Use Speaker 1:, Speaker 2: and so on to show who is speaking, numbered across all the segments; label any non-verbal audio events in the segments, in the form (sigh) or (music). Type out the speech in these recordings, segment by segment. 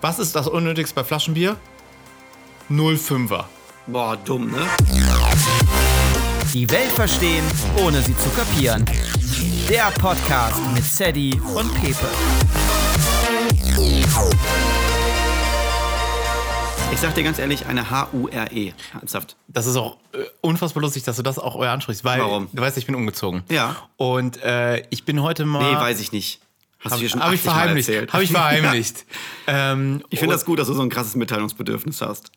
Speaker 1: Was ist das Unnötigste bei Flaschenbier? 0,5er.
Speaker 2: Boah, dumm, ne?
Speaker 3: Die Welt verstehen, ohne sie zu kapieren. Der Podcast mit Sadie und Pepe.
Speaker 2: Ich sag dir ganz ehrlich, eine H-U-R-E. E. Ernsthaft.
Speaker 1: Das ist auch äh, unfassbar lustig, dass du das auch euer ansprichst, weil
Speaker 2: Warum?
Speaker 1: du weißt, ich bin umgezogen.
Speaker 2: Ja.
Speaker 1: Und äh, ich bin heute mal.
Speaker 2: Nee, weiß ich nicht. Hast du dir schon
Speaker 1: Habe ich
Speaker 2: 80 Mal
Speaker 1: verheimlicht.
Speaker 2: erzählt. (laughs)
Speaker 1: Habe ich verheimlicht. ähm,
Speaker 2: Ich finde das gut, dass du so ein krasses Mitteilungsbedürfnis hast.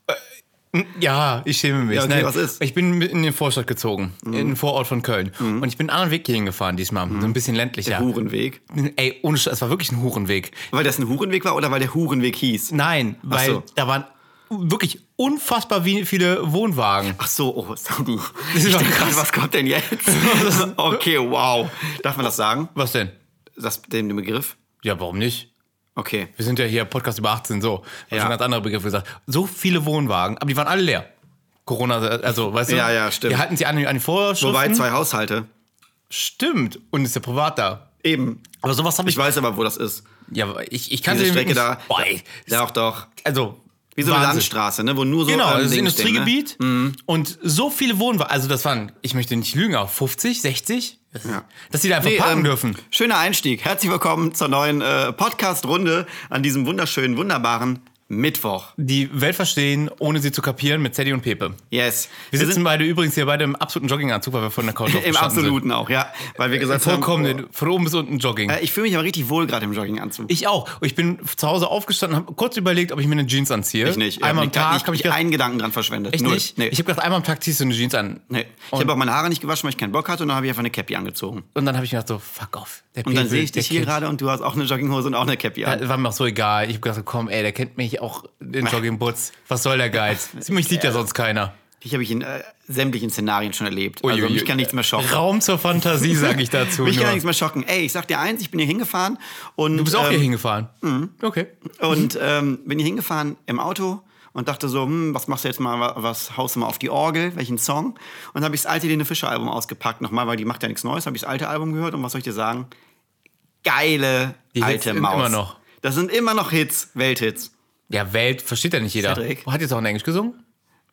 Speaker 1: Ja, ich schäme mich.
Speaker 2: Ja, okay,
Speaker 1: Nein,
Speaker 2: was ist? Mhm.
Speaker 1: Ich bin mit in den Vorstadt gezogen, in den Vorort von Köln. Und ich bin einen anderen Weg hier hingefahren diesmal, so ein bisschen ländlicher.
Speaker 2: Hurenweg.
Speaker 1: Ey, ohne Sch- es war wirklich ein Hurenweg.
Speaker 2: Weil das ein Hurenweg war oder weil der Hurenweg hieß?
Speaker 1: Nein, weil
Speaker 2: so.
Speaker 1: da waren wirklich unfassbar wie- viele Wohnwagen.
Speaker 2: Ach so, oh, sorry.
Speaker 1: Das ist
Speaker 2: (laughs) ich
Speaker 1: doch
Speaker 2: denk grad,
Speaker 1: krass.
Speaker 2: was kommt
Speaker 1: (laughs)
Speaker 2: denn jetzt? okay, wow. Darf man das sagen?
Speaker 1: Was denn?
Speaker 2: Das, den, den Begriff?
Speaker 1: Ja, warum nicht?
Speaker 2: Okay.
Speaker 1: Wir sind ja hier Podcast über 18, so. Ich
Speaker 2: Ja.
Speaker 1: ja. schon ganz andere Begriffe gesagt. So viele Wohnwagen, aber die waren alle leer. Corona, also, weißt du?
Speaker 2: Ja, ja, stimmt.
Speaker 1: Wir halten sie an, an die Vorschriften.
Speaker 2: Wobei zwei Haushalte.
Speaker 1: Stimmt. Und ist ja privat da.
Speaker 2: Eben.
Speaker 1: Aber sowas habe ich.
Speaker 2: Ich weiß aber, wo das ist.
Speaker 1: ja, aber ich, ich kann
Speaker 2: Diese
Speaker 1: sie
Speaker 2: Strecke
Speaker 1: nicht-
Speaker 2: da.
Speaker 1: Boah, ey,
Speaker 2: Doch, doch.
Speaker 1: also
Speaker 2: Wie so eine
Speaker 1: Wahnsinn.
Speaker 2: Landstraße, ne? Wo nur so.
Speaker 1: Genau,
Speaker 2: ähm,
Speaker 1: das ist
Speaker 2: Dings stehen,
Speaker 1: Industriegebiet und so viele Wohnwagen, also das waren, ich möchte nicht lügen, aber 50, 60, das,
Speaker 2: Ja.
Speaker 1: dass die da einfach
Speaker 2: Nee,
Speaker 1: parken
Speaker 2: ähm,
Speaker 1: dürfen.
Speaker 2: Schöner Einstieg. Herzlich willkommen zur neuen äh, Podcast-Runde an diesem wunderschönen, wunderbaren Mittwoch.
Speaker 1: Die Welt verstehen, ohne sie zu kapieren, mit Teddy und Pepe.
Speaker 2: Yes.
Speaker 1: Wir sitzen beide übrigens hier beide im absoluten Jogginganzug, weil wir von der (laughs) Couch
Speaker 2: im
Speaker 1: aufgestanden
Speaker 2: Absoluten auch, ja. Weil wir
Speaker 1: sind.
Speaker 2: gesagt haben. oh,
Speaker 1: Vollkommen, den- von oben bis unten Jogging.
Speaker 2: Äh, Ich fühle mich aber richtig wohl gerade im Jogginganzug.
Speaker 1: ich auch. Ich bin zu Hause aufgestanden, habe kurz überlegt, ob ich mir eine Jeans anziehe.
Speaker 2: Ich nicht.
Speaker 1: Einmal am
Speaker 2: ich
Speaker 1: Tag
Speaker 2: habe
Speaker 1: habe ich
Speaker 2: ich
Speaker 1: gedacht,
Speaker 2: einen Gedanken dran verschwendet.
Speaker 1: echt
Speaker 2: Null.
Speaker 1: nicht.
Speaker 2: Nee.
Speaker 1: Ich habe gedacht, einmal am Tag ziehst du eine Jeans an.
Speaker 2: nee. ich habe auch meine Haare nicht gewaschen, weil ich keinen Bock hatte und dann habe ich einfach eine Cappy angezogen.
Speaker 1: Und dann habe ich mir gedacht, so, fuck off. Der
Speaker 2: Und dann
Speaker 1: Pepe,
Speaker 2: sehe ich
Speaker 1: der
Speaker 2: dich hier
Speaker 1: Kind.
Speaker 2: gerade und du hast auch eine Jogginghose und auch eine Cappy an.
Speaker 1: Ja, War mir auch so egal. Ich hab gedacht, komm, ey, der kennt mich auch
Speaker 2: (laughs)
Speaker 1: den Joggingbutz. Was soll der Geiz? Mich sieht ja sonst keiner.
Speaker 2: Dich habe ich in äh, sämtlichen Szenarien schon erlebt. also
Speaker 1: Uiuiui.
Speaker 2: mich kann nichts mehr schocken.
Speaker 1: Raum zur Fantasie, sage ich dazu.
Speaker 2: (laughs) Mich
Speaker 1: nur.
Speaker 2: kann nichts mehr schocken. Ey, ich sag dir eins, ich bin hier hingefahren und
Speaker 1: du bist auch
Speaker 2: ähm,
Speaker 1: hier hingefahren. Okay. Mhm.
Speaker 2: Und ähm, bin hier hingefahren im Auto und dachte so, hm, was machst du jetzt mal, wa- was haust du mal auf die Orgel, welchen Song? Und habe ich das alte Helene Fischer Album ausgepackt nochmal, weil die macht ja nichts Neues, habe ich das alte Album gehört und was soll ich dir sagen? Geile
Speaker 1: Die Hits
Speaker 2: alte
Speaker 1: sind
Speaker 2: Maus.
Speaker 1: immer noch.
Speaker 2: Das sind immer noch Hits, Welthits.
Speaker 1: Ja, Welt versteht ja nicht jeder.
Speaker 2: Cedric.
Speaker 1: Hat jetzt auch in Englisch gesungen?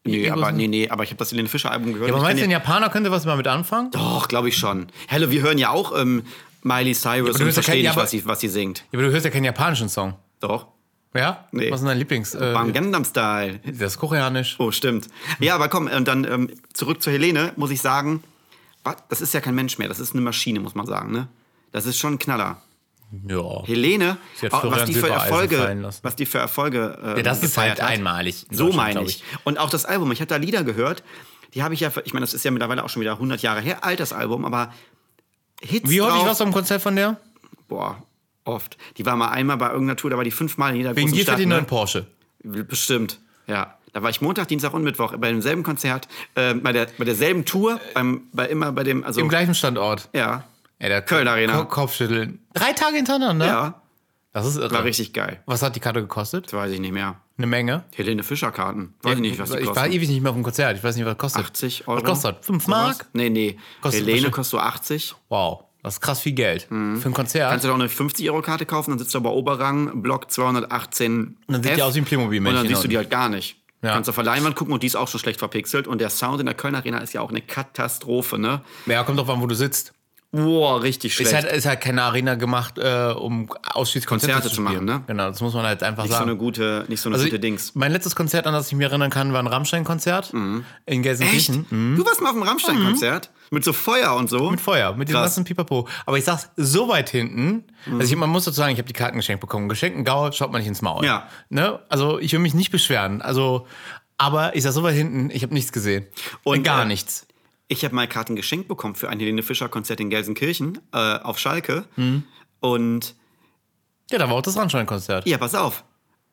Speaker 2: Nee,
Speaker 1: Die
Speaker 2: aber,
Speaker 1: großen-
Speaker 2: nee, nee, aber ich habe das Helene Fischer Album gehört.
Speaker 1: Ja, aber
Speaker 2: Ich kann
Speaker 1: meinst du,
Speaker 2: dir-
Speaker 1: ein Japaner könnte was mal mit anfangen? Ja,
Speaker 2: Doch, glaube ich schon. Hallo, wir hören ja auch ähm, Miley Cyrus
Speaker 1: du
Speaker 2: und
Speaker 1: hörst ja
Speaker 2: verstehen
Speaker 1: kein- ja,
Speaker 2: nicht,
Speaker 1: aber-
Speaker 2: was sie, was sie singt.
Speaker 1: aber du hörst ja keinen japanischen Song.
Speaker 2: Doch.
Speaker 1: Ja?
Speaker 2: Nee.
Speaker 1: Was ist denn dein Lieblings?
Speaker 2: Bang
Speaker 1: Äh,
Speaker 2: Gangnam Style.
Speaker 1: das ist koreanisch.
Speaker 2: Oh, stimmt. Ja, aber komm, und dann ähm, zurück zu Helene, muss ich sagen, wa- das ist ja kein Mensch mehr, das ist eine Maschine, muss man sagen, ne? Das ist schon ein Knaller.
Speaker 1: Ja.
Speaker 2: Helene,
Speaker 1: Sie hat
Speaker 2: auch, was
Speaker 1: Florian
Speaker 2: die für
Speaker 1: Silbereisen fallen
Speaker 2: Erfolge,
Speaker 1: lassen.
Speaker 2: was die für Erfolge ähm,
Speaker 1: Ja, das ist
Speaker 2: gefeiert
Speaker 1: halt
Speaker 2: hat.
Speaker 1: einmalig in
Speaker 2: So
Speaker 1: Deutschland,
Speaker 2: meine
Speaker 1: glaub
Speaker 2: ich. Und auch das Album, ich habe da Lieder gehört, die habe ich ja, ich meine, das ist ja mittlerweile auch schon wieder 100 Jahre her, alt das Album, aber Hits
Speaker 1: Wie häufig
Speaker 2: drauf,
Speaker 1: warst du am Konzert von der?
Speaker 2: Boah, oft. Die war mal einmal bei irgendeiner Tour, da war die fünfmal in jeder
Speaker 1: Wegen
Speaker 2: großen
Speaker 1: dir
Speaker 2: Stadt.
Speaker 1: fährt die
Speaker 2: ne?
Speaker 1: neuen Porsche.
Speaker 2: Bestimmt, ja. Da war ich Montag, Dienstag und Mittwoch bei demselben Konzert, äh, bei, der, bei derselben Tour, beim, bei immer bei dem, also
Speaker 1: Im gleichen Standort.
Speaker 2: ja,
Speaker 1: Ey, der
Speaker 2: Köln Arena.
Speaker 1: Ko- Kopfschütteln. Drei Tage hintereinander?
Speaker 2: ja,
Speaker 1: Das ist irre.
Speaker 2: war richtig geil.
Speaker 1: Was hat die Karte gekostet?
Speaker 2: Das weiß ich nicht mehr.
Speaker 1: Eine Menge.
Speaker 2: Helene Fischer Karten, weiß ich nicht, was die
Speaker 1: ich war
Speaker 2: kosten.
Speaker 1: ewig nicht mehr auf dem Konzert. Ich weiß nicht, was kostet.
Speaker 2: 80 Euro.
Speaker 1: Was kostet? 5
Speaker 2: Sowas?
Speaker 1: Mark?
Speaker 2: Nee, nee.
Speaker 1: Kostet
Speaker 2: Helene
Speaker 1: bestimmt-
Speaker 2: kostet so 80.
Speaker 1: Wow, das ist krass viel Geld. Für ein Konzert.
Speaker 2: Mhm. Kannst du doch eine 50-Euro-Karte kaufen, dann sitzt du bei Oberrang, Block 218.
Speaker 1: dann sieht
Speaker 2: F.
Speaker 1: die aus wie ein Playmobil-Männchen
Speaker 2: Und dann siehst du die
Speaker 1: unten.
Speaker 2: halt gar nicht.
Speaker 1: Ja.
Speaker 2: Kannst auf der Leinwand gucken und die ist auch schon schlecht verpixelt. Und der Sound in der Köln Arena ist ja auch eine Katastrophe, ne?
Speaker 1: ja, kommt drauf an, wo du sitzt.
Speaker 2: Boah, richtig schlecht.
Speaker 1: Ist halt, ist halt keine Arena gemacht, äh, um ausschließlich Konzerte,
Speaker 2: Konzerte
Speaker 1: zu
Speaker 2: zu machen,
Speaker 1: spielen.
Speaker 2: ne?
Speaker 1: Genau, das muss man halt einfach
Speaker 2: nicht so
Speaker 1: sagen.
Speaker 2: eine gute, nicht so eine
Speaker 1: Also
Speaker 2: gute
Speaker 1: ich-
Speaker 2: Dings. Mhm.
Speaker 1: Mein letztes Konzert, an das ich mich erinnern kann, war ein Rammstein-Konzert in Gelsenkirchen.
Speaker 2: Du warst mal auf dem Rammstein-Konzert? Mit so Feuer und so?
Speaker 1: Mhm, Mit Feuer, mit dem
Speaker 2: Krass. Mhm.
Speaker 1: ganzen Pipapo. Aber ich saß so weit hinten, also ich, man muss dazu sagen, ich habe die Karten geschenkt bekommen. Geschenkt in Gaul schaut man nicht ins Maul.
Speaker 2: Ja.
Speaker 1: Ne? Also ich will mich nicht beschweren. Also, aber ich saß so weit hinten, ich habe nichts gesehen.
Speaker 2: Und,
Speaker 1: gar
Speaker 2: äh,
Speaker 1: nichts.
Speaker 2: Ich habe mal Karten geschenkt bekommen für ein Helene Fischer-Konzert in Gelsenkirchen äh, auf Schalke.
Speaker 1: Mhm.
Speaker 2: Und
Speaker 1: Ja, da war auch das Rammstein-Konzert.
Speaker 2: ja, pass auf.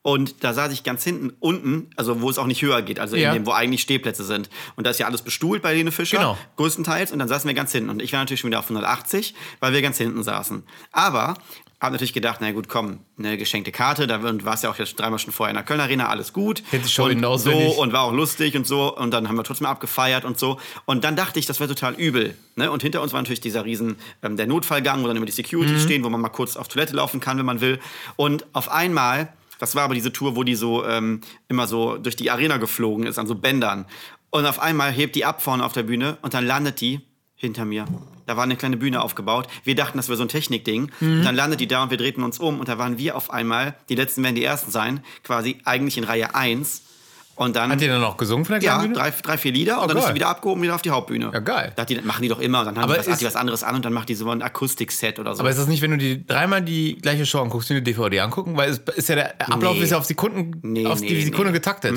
Speaker 2: Und da saß ich ganz hinten, unten, also wo es auch nicht höher geht, also
Speaker 1: Ja.
Speaker 2: in dem, wo eigentlich Stehplätze sind. Und da ist ja alles bestuhlt bei Helene Fischer,
Speaker 1: Genau.
Speaker 2: größtenteils. Und dann saßen wir ganz hinten. Und ich war natürlich schon wieder auf 180, weil wir ganz hinten saßen. Aber habe natürlich gedacht, na gut, komm, eine geschenkte Karte, da war es ja auch jetzt dreimal schon vorher in der Köln Arena, alles gut.
Speaker 1: Kennt die Show
Speaker 2: und
Speaker 1: innen
Speaker 2: so
Speaker 1: auswendig.
Speaker 2: und war auch lustig und so und dann haben wir trotzdem abgefeiert und so und dann dachte ich, das wäre total übel. Ne? Und hinter uns war natürlich dieser riesen ähm, der Notfallgang, wo dann immer die Security stehen, wo man mal kurz auf Toilette laufen kann, wenn man will. Und auf einmal Das war aber diese Tour, wo die so ähm, immer so durch die Arena geflogen ist, an so Bändern. Und auf einmal hebt die ab vorne auf der Bühne und dann landet die hinter mir. Da war eine kleine Bühne aufgebaut. Wir dachten, das wäre so ein Technikding. Und Dann landet die da und wir drehten uns um und da waren wir auf einmal, die letzten werden die ersten sein, quasi eigentlich in Reihe 1. Und dann
Speaker 1: Hat die dann auch gesungen von der
Speaker 2: ja,
Speaker 1: kleinen Bühne?
Speaker 2: drei, drei, vier Lieder und dann ist
Speaker 1: Oh, geil.
Speaker 2: sie wieder abgehoben, wieder auf die Hauptbühne.
Speaker 1: Ja, geil.
Speaker 2: Da hat die, machen die doch immer. Dann haben
Speaker 1: Aber
Speaker 2: die was, hat
Speaker 1: ist-
Speaker 2: die was anderes an und dann macht die so ein Akustikset oder so.
Speaker 1: Aber ist das nicht, wenn du die dreimal die gleiche Show anguckst, die eine DVD angucken? Weil es ist ja der Ablauf
Speaker 2: Nee.
Speaker 1: ist ja auf Sekunden,
Speaker 2: Nee,
Speaker 1: auf
Speaker 2: nee,
Speaker 1: die Sekunde
Speaker 2: nee.
Speaker 1: getaktet.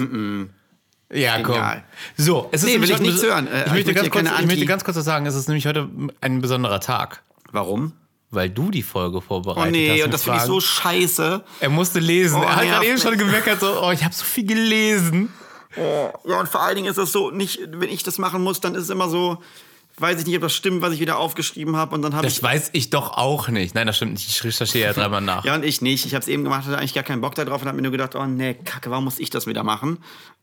Speaker 1: Ja, komm.
Speaker 2: Genial.
Speaker 1: So, es ist
Speaker 2: Nee,
Speaker 1: nämlich
Speaker 2: will ich
Speaker 1: heute-
Speaker 2: nichts hören. Äh,
Speaker 1: ich,
Speaker 2: ich
Speaker 1: möchte
Speaker 2: möchte
Speaker 1: ganz
Speaker 2: hier
Speaker 1: kurz,
Speaker 2: keine
Speaker 1: ich möchte
Speaker 2: Anti-
Speaker 1: ganz kurz was sagen, es ist nämlich heute ein besonderer Tag,
Speaker 2: Warum?
Speaker 1: weil du die Folge
Speaker 2: Oh
Speaker 1: vorbereitet hast.
Speaker 2: nee, und
Speaker 1: mit
Speaker 2: das finde ich
Speaker 1: Fragen.
Speaker 2: so scheiße.
Speaker 1: Er musste lesen.
Speaker 2: Oh,
Speaker 1: er hat gerade
Speaker 2: nervt
Speaker 1: eben schon
Speaker 2: mich.
Speaker 1: gemeckert, so, oh, ich habe so viel gelesen.
Speaker 2: Oh, Ja, und vor allen Dingen ist das so, nicht, wenn ich das machen muss, dann ist es immer so, weiß ich nicht, ob das stimmt, was ich wieder aufgeschrieben habe. Und dann habe ich.
Speaker 1: Das weiß ich doch auch nicht. Nein, das stimmt nicht. Ich recherchiere (laughs) ja dreimal nach.
Speaker 2: Ja, und ich nicht. Ich habe es eben gemacht, hatte eigentlich gar keinen Bock darauf und habe mir nur gedacht, oh nee, Kacke, warum muss ich das wieder machen?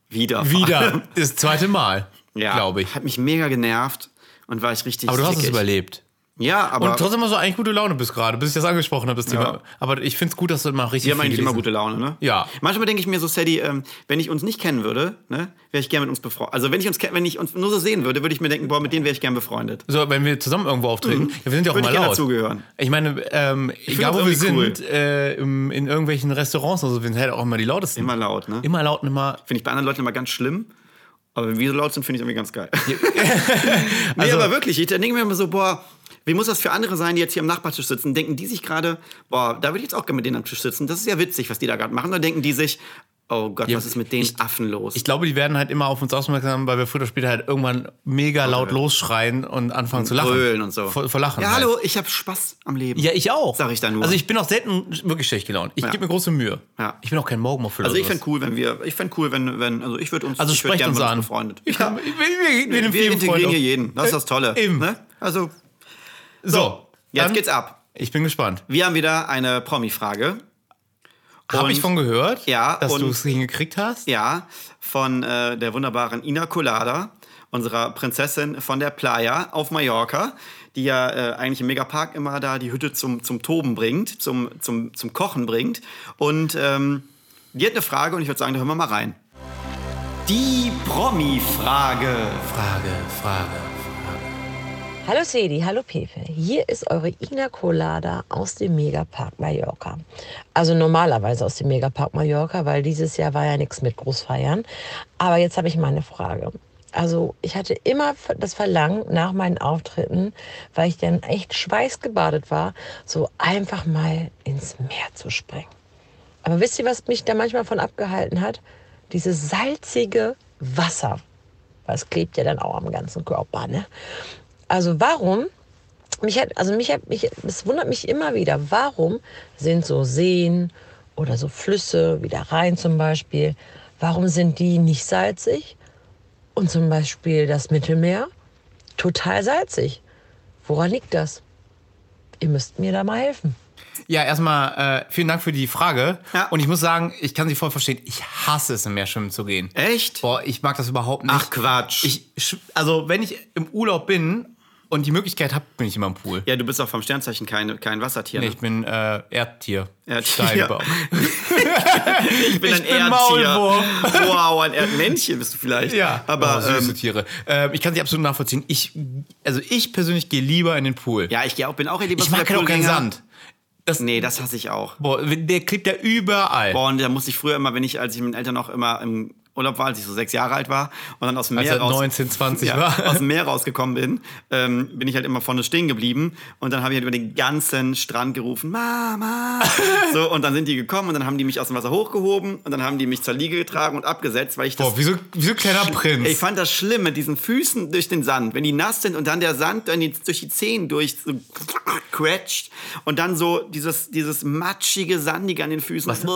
Speaker 2: Wieder. vor allem. (laughs)
Speaker 1: Wieder. Das zweite Mal,
Speaker 2: Ja,
Speaker 1: glaube ich.
Speaker 2: Hat mich mega genervt und war ich richtig.
Speaker 1: Aber du hast es
Speaker 2: tickig.
Speaker 1: überlebt.
Speaker 2: Ja, aber.
Speaker 1: Und trotzdem hast du eigentlich gute Laune bis gerade, bis ich das angesprochen habe, das Thema.
Speaker 2: Ja.
Speaker 1: Aber ich finde es gut, dass du immer richtig
Speaker 2: Wir haben eigentlich
Speaker 1: viel
Speaker 2: immer
Speaker 1: gelesen
Speaker 2: gute Laune, ne?
Speaker 1: Ja.
Speaker 2: Manchmal denke ich mir so, Sadie, ähm, wenn ich uns nicht kennen würde, ne, wäre ich gerne mit uns befreundet. Also wenn ich uns, ke- wenn ich uns nur so sehen würde, würde ich mir denken, boah, mit denen wäre ich gern befreundet.
Speaker 1: hast. So, wenn wir zusammen irgendwo auftreten, ja, wir sind ja auch
Speaker 2: Mhm. Würde
Speaker 1: mal
Speaker 2: ich gerne
Speaker 1: laut.
Speaker 2: dazugehören.
Speaker 1: Ich meine, ähm, egal
Speaker 2: das
Speaker 1: wo wir sind,
Speaker 2: irgendwie
Speaker 1: äh, im, in irgendwelchen Restaurants, also wir sind halt auch immer die lautesten.
Speaker 2: Immer laut, ne?
Speaker 1: Immer laut und immer.
Speaker 2: Finde ich bei anderen Leuten immer ganz schlimm. Aber wenn wir so laut sind, finde ich irgendwie ganz geil. (laughs)
Speaker 1: (laughs)
Speaker 2: nee,
Speaker 1: Also
Speaker 2: aber wirklich, ich denke mir immer so, boah, wie muss das für andere sein, die jetzt hier am Nachbartisch sitzen? Denken die sich gerade, boah, da würde ich jetzt auch gerne mit denen am Tisch sitzen. Das ist ja witzig, was die da gerade machen. Dann denken die sich, oh Gott, was ist mit den Affen los?
Speaker 1: Ich glaube, die werden halt immer auf uns aufmerksam, weil wir früher oder später halt irgendwann mega laut losschreien und anfangen zu lachen.
Speaker 2: Brüllen und so.
Speaker 1: Vor, vor Lachen.
Speaker 2: Ja,
Speaker 1: halt.
Speaker 2: hallo, ich habe Spaß am Leben.
Speaker 1: Ja, ich auch.
Speaker 2: Sag ich dann nur.
Speaker 1: Also ich bin auch selten wirklich schlecht gelaunt. Ich gebe mir große Mühe.
Speaker 2: Ja.
Speaker 1: Ich bin auch kein Morgenmuffel.
Speaker 2: Also
Speaker 1: oder
Speaker 2: ich fände cool, wenn wir, ich fände cool, wenn, wenn, also ich würde uns,
Speaker 1: Also
Speaker 2: ich würd
Speaker 1: sprecht
Speaker 2: gern
Speaker 1: uns
Speaker 2: mit
Speaker 1: an.
Speaker 2: befreundet.
Speaker 1: Ich hab- wir, wir, wir, nehmen
Speaker 2: Wir
Speaker 1: viele Freunde
Speaker 2: integrieren
Speaker 1: auf.
Speaker 2: hier jeden, das ist das Tolle.
Speaker 1: Eben.
Speaker 2: Ne? Also,
Speaker 1: So,
Speaker 2: jetzt
Speaker 1: dann-
Speaker 2: geht's ab.
Speaker 1: Ich bin gespannt.
Speaker 2: Wir haben wieder eine Promi-Frage.
Speaker 1: Habe
Speaker 2: Und-
Speaker 1: ich von gehört,
Speaker 2: Ja,
Speaker 1: dass
Speaker 2: und-
Speaker 1: du es hingekriegt hast?
Speaker 2: Ja, von äh, der wunderbaren Ina Colada, unserer Prinzessin von der Playa auf Mallorca, die ja äh, eigentlich im Megapark immer da die Hütte zum, zum Toben bringt, zum, zum, zum Kochen bringt. Und ähm, die hat eine Frage und ich würde sagen, da hören wir mal rein. Die Promi-Frage.
Speaker 1: Frage, Frage.
Speaker 4: Hallo Sedi, hallo Pepe. Hier ist eure Ina Colada aus dem Megapark Mallorca. Also normalerweise aus dem Megapark Mallorca, weil dieses Jahr war ja nichts mit Großfeiern. Aber jetzt habe ich mal eine Frage. Also ich hatte immer das Verlangen nach meinen Auftritten, weil ich dann echt schweißgebadet war, so einfach mal ins Meer zu springen. Aber wisst ihr, was mich da manchmal von abgehalten hat? Dieses salzige Wasser. Weil es klebt ja dann auch am ganzen Körper, ne? Also warum? Mich hat, also mich hat, mich, es wundert mich immer wieder, warum sind so Seen oder so Flüsse, wie der Rhein zum Beispiel, warum sind die nicht salzig? Und zum Beispiel das Mittelmeer total salzig. Woran liegt das? Ihr müsst mir da mal helfen.
Speaker 1: Ja, erstmal äh, vielen Dank für die Frage.
Speaker 2: Ja.
Speaker 1: Und ich muss sagen, ich kann sie voll verstehen. Ich hasse es, im Meer schwimmen zu gehen.
Speaker 2: Echt?
Speaker 1: Boah, ich mag das überhaupt nicht.
Speaker 2: Ach Quatsch.
Speaker 1: Ich, sch- also, wenn ich im Urlaub bin und die Möglichkeit habe, bin ich immer im Pool.
Speaker 2: ja, du bist auch vom Sternzeichen kein, kein Wassertier.
Speaker 1: Nee,
Speaker 2: ne?
Speaker 1: Ich bin äh, Erdtier.
Speaker 2: Erdtier. (laughs)
Speaker 1: Steinbock. (laughs)
Speaker 2: Ich bin
Speaker 1: ich bin Maulwurf.
Speaker 2: Wow, ein Erdmännchen bist du vielleicht.
Speaker 1: Ja,
Speaker 2: aber
Speaker 1: oh, süße
Speaker 2: ähm,
Speaker 1: Tiere. Ähm, ich kann sie absolut nachvollziehen. Ich, also ich persönlich gehe lieber in den Pool.
Speaker 2: ja, ich geh auch, bin auch eher lieber
Speaker 1: ich
Speaker 2: so
Speaker 1: mag
Speaker 2: der
Speaker 1: halt auch keinen
Speaker 2: Poolgänger.
Speaker 1: Sand. Das,
Speaker 2: Nee, das hasse ich auch.
Speaker 1: Boah, der klebt ja überall.
Speaker 2: Boah, und da musste ich früher immer, wenn ich, als ich mit den Eltern noch immer im Urlaub war, als ich so sechs Jahre alt war und dann aus dem
Speaker 1: Als
Speaker 2: Meer
Speaker 1: er 19, 20
Speaker 2: ja,
Speaker 1: war. (laughs)
Speaker 2: aus dem Meer rausgekommen bin, ähm, bin ich halt immer vorne stehen geblieben und dann habe ich halt über den ganzen Strand
Speaker 1: (laughs)
Speaker 2: gerufen, Mama! so, und dann sind die gekommen und dann haben die mich aus dem Wasser hochgehoben und dann haben die mich zur Liege getragen und abgesetzt, weil ich das
Speaker 1: Boah, wie so, wie so ein Oh, kleiner Prinz.
Speaker 2: Ich fand das schlimm mit diesen Füßen durch den Sand. Wenn die nass sind und dann der Sand dann die, durch die Zehen durch so quetscht und dann so dieses, dieses matschige, sandige an den Füßen.
Speaker 1: Was mich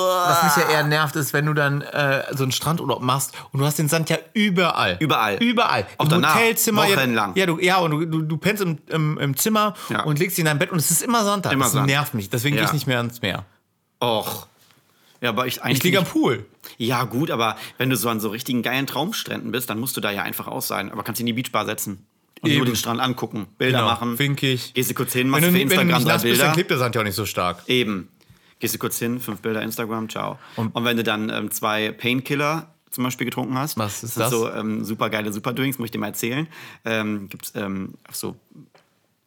Speaker 1: ja eher nervt, ist, wenn du dann äh, so einen Strandurlaub machst und du hast den Sand ja überall.
Speaker 2: Überall.
Speaker 1: Überall.
Speaker 2: Auch
Speaker 1: Im
Speaker 2: danach,
Speaker 1: Hotelzimmer.
Speaker 2: wochenlang.
Speaker 1: Ja, du, ja und du, du, du pennst im, im, im Zimmer
Speaker 2: Ja.
Speaker 1: und legst dich in dein Bett und es ist immer Sand da.
Speaker 2: Immer
Speaker 1: das
Speaker 2: Sand.
Speaker 1: nervt mich. Deswegen
Speaker 2: Ja.
Speaker 1: gehe ich nicht mehr ans Meer.
Speaker 2: Och. Ja, aber ich eigentlich.
Speaker 1: Ich liege am Pool.
Speaker 2: ja, gut, aber wenn du so an so richtigen geilen Traumstränden bist, dann musst du da ja einfach aus sein. Aber kannst dich in die Beachbar setzen. Und
Speaker 1: Eben.
Speaker 2: nur den Strand angucken, Bilder machen.
Speaker 1: Winkig.
Speaker 2: Gehst du kurz hin,
Speaker 1: Wenn
Speaker 2: machst
Speaker 1: du,
Speaker 2: für
Speaker 1: nicht- wenn du
Speaker 2: Instagram
Speaker 1: nicht
Speaker 2: drei
Speaker 1: nass bist, dann
Speaker 2: Bilder.
Speaker 1: klebt der Sand ja auch nicht so stark.
Speaker 2: Eben. Gehst du kurz hin, fünf Bilder Instagram, ciao. Und, wenn du dann ähm, zwei Painkiller zum Beispiel getrunken hast,
Speaker 1: Was ist
Speaker 2: sind
Speaker 1: das?
Speaker 2: so ähm, super geile Superdrinks, muss ich dir mal erzählen. Ähm, gibt's ähm, auf so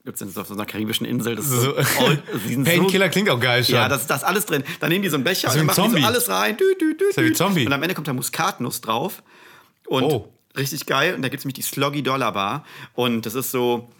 Speaker 2: gibt's denn so auf so einer karibischen Insel, das ist so,
Speaker 1: So,
Speaker 2: (laughs) old-
Speaker 1: (laughs)
Speaker 2: die sind so-
Speaker 1: Painkiller klingt auch geil schon.
Speaker 2: Ja, das, das ist alles drin. Dann nehmen die so einen Becher
Speaker 1: Also
Speaker 2: und
Speaker 1: wie
Speaker 2: dann
Speaker 1: ein
Speaker 2: machen die
Speaker 1: Zombie.
Speaker 2: so alles rein. Dü, dü, dü,
Speaker 1: ja wie
Speaker 2: dü.
Speaker 1: Zombie.
Speaker 2: Und am Ende kommt da Muskatnuss drauf. Und
Speaker 1: Oh.
Speaker 2: richtig geil. Und da gibt es nämlich die Sloggy Dollar Bar. Und das ist so,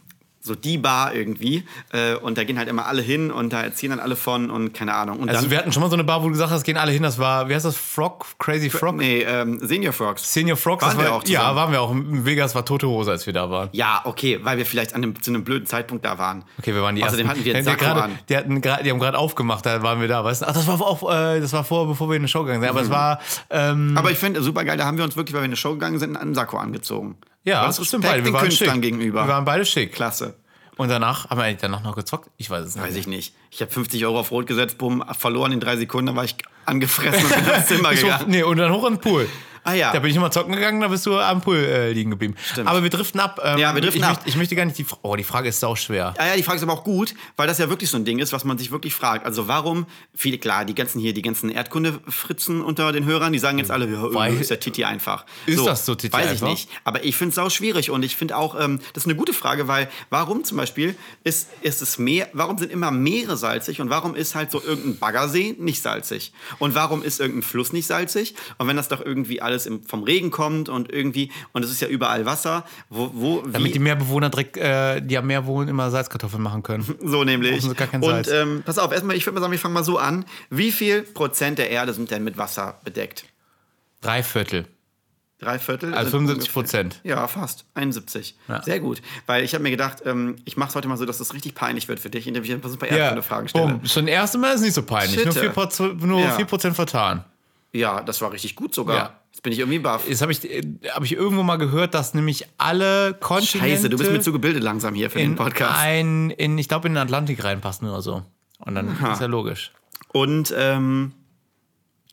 Speaker 2: so die Bar irgendwie. Äh, Und da gehen halt immer alle hin und da erzählen dann alle von und keine Ahnung. Und
Speaker 1: also
Speaker 2: dann,
Speaker 1: wir hatten schon mal so eine Bar, wo du gesagt hast, gehen alle hin. Das war, wie heißt das? Frog? Crazy Frog?
Speaker 2: Nee, ähm, Senior Frogs.
Speaker 1: Senior Frogs?
Speaker 2: Waren
Speaker 1: das
Speaker 2: wir
Speaker 1: war,
Speaker 2: auch zusammen?
Speaker 1: Ja, waren wir auch. In Vegas war tote Hose, als wir da waren.
Speaker 2: Ja, okay, weil wir vielleicht an einem, zu einem blöden Zeitpunkt da waren.
Speaker 1: Okay, wir waren die
Speaker 2: Außerdem
Speaker 1: ersten.
Speaker 2: hatten wir einen
Speaker 1: Die hatten
Speaker 2: Sakko
Speaker 1: gerade-
Speaker 2: an.
Speaker 1: Die, hatten gerade- die haben gerade aufgemacht, da waren wir da. Weißt du? Ach, das war, auf, äh, das war vor, bevor wir in die Show gegangen sind.
Speaker 2: Mhm.
Speaker 1: Aber es war, ähm,
Speaker 2: Aber ich finde, super geil, da haben wir uns wirklich, weil wir in eine Show gegangen sind, einen Sakko angezogen.
Speaker 1: ja,
Speaker 2: das
Speaker 1: stimmt
Speaker 2: Respekt
Speaker 1: beide. Wir
Speaker 2: den
Speaker 1: waren
Speaker 2: Künstlern
Speaker 1: schick.
Speaker 2: gegenüber.
Speaker 1: Wir waren beide schick.
Speaker 2: Klasse.
Speaker 1: Und danach, haben wir eigentlich danach noch gezockt? Ich weiß es nicht.
Speaker 2: Weiß ich nicht. Ich habe 50 Euro auf Rot gesetzt, bumm, verloren in drei Sekunden, dann war ich angefressen und bin ins Zimmer
Speaker 1: (laughs) Ich hoch,
Speaker 2: gegangen.
Speaker 1: nee, und dann hoch an den Pool.
Speaker 2: Ah ja.
Speaker 1: Da bin ich immer zocken gegangen, da bist du am Pool äh, liegen geblieben. Aber wir driften ab. ähm,
Speaker 2: Ja, wir driften
Speaker 1: ich
Speaker 2: ab.
Speaker 1: Möchte, ich möchte gar nicht die. Fra- Oh, die Frage ist sau schwer.
Speaker 2: Ah ja, die Frage ist aber auch gut, weil das ja wirklich so ein Ding ist, was man sich wirklich fragt. Also warum, viele, klar, die ganzen hier, die ganzen Erdkunde-Fritzen unter den Hörern, die sagen jetzt alle, ja,
Speaker 1: Hm. Weil-
Speaker 2: ist der Titi einfach.
Speaker 1: Ist das so Titi
Speaker 2: Weiß ich
Speaker 1: einfach?
Speaker 2: nicht. Aber ich finde es auch schwierig und ich finde auch, ähm, das ist eine gute Frage, weil warum zum Beispiel ist, ist es Meer, warum sind immer Meere salzig und warum ist halt so irgendein Baggersee nicht salzig? Und warum ist irgendein Fluss nicht salzig? Und wenn das doch irgendwie alles im, vom Regen kommt und irgendwie, und es ist ja überall Wasser, wo, wo wie-
Speaker 1: Damit die Meerbewohner direkt, äh, die am Meer wohnen, immer Salzkartoffeln machen können.
Speaker 2: (laughs) So nämlich.
Speaker 1: Brauchen sie gar kein
Speaker 2: und
Speaker 1: Salz.
Speaker 2: ähm, pass auf, erstmal, ich würde mal sagen, wir fangen mal so an. Wie viel Prozent der Erde sind denn mit Wasser bedeckt?
Speaker 1: Drei Viertel.
Speaker 2: Drei Viertel?
Speaker 1: Also
Speaker 2: sind
Speaker 1: 75
Speaker 2: ungefähr-
Speaker 1: Prozent.
Speaker 2: Ja, fast. 71.
Speaker 1: Ja.
Speaker 2: Sehr gut. Weil ich habe mir gedacht, ähm, ich mache es heute mal so, dass es das richtig peinlich wird für dich, indem ich ein paar super Erdkunde-Fragen stelle.
Speaker 1: Boom. Schon das erste Mal ist nicht so peinlich. Nur
Speaker 2: Shit.
Speaker 1: 4%, Proz- nur
Speaker 2: Ja.
Speaker 1: 4 vertan.
Speaker 2: Ja, das war richtig gut sogar.
Speaker 1: Ja.
Speaker 2: Jetzt bin ich irgendwie baff.
Speaker 1: Jetzt habe ich, äh, hab ich irgendwo mal gehört, dass nämlich alle Kontinente
Speaker 2: Scheiße, du bist mir zu gebildet langsam hier für den
Speaker 1: in
Speaker 2: Podcast.
Speaker 1: ein, in, ich glaube, in den Atlantik reinpassen oder so. Und dann ist ja logisch.
Speaker 2: Und ähm,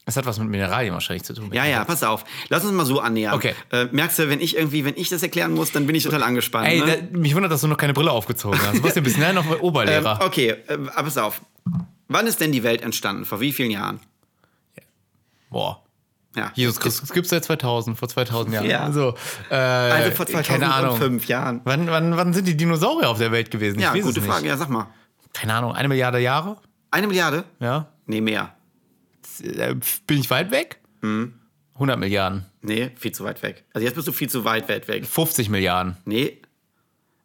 Speaker 1: Es hat was mit Mineralien wahrscheinlich zu tun.
Speaker 2: ja, ja, pass auf. Lass uns mal so annähern.
Speaker 1: Okay.
Speaker 2: Äh, merkst du, wenn ich irgendwie, wenn ich das erklären muss, dann bin ich total angespannt.
Speaker 1: Ey,
Speaker 2: ne?
Speaker 1: da, mich wundert, dass du noch keine Brille aufgezogen hast. Du warst ja bis nein noch
Speaker 2: (laughs) Ähm,
Speaker 1: Oberlehrer.
Speaker 2: okay, ähm, aber pass auf. Wann ist denn die Welt entstanden? Vor wie vielen Jahren? oh.
Speaker 1: Boah.
Speaker 2: Ja.
Speaker 1: Jesus Christus gibt's seit 2000, vor 2000 Jahren.
Speaker 2: Ja.
Speaker 1: Also, äh,
Speaker 2: Also vor
Speaker 1: keine Ahnung.
Speaker 2: 2005 Jahren.
Speaker 1: Wann, wann, wann sind die Dinosaurier auf der Welt gewesen?
Speaker 2: Ja,
Speaker 1: ich weiß
Speaker 2: gute
Speaker 1: es nicht.
Speaker 2: Frage. Ja, sag mal.
Speaker 1: Keine Ahnung, eine Milliarde Jahre?
Speaker 2: Eine Milliarde?
Speaker 1: Ja.
Speaker 2: Nee, mehr.
Speaker 1: Äh, Bin ich weit weg?
Speaker 2: Hm.
Speaker 1: 100 Milliarden.
Speaker 2: Nee, viel zu weit weg. Also jetzt bist du viel zu weit, weit weg.
Speaker 1: 50 Milliarden.
Speaker 2: Nee,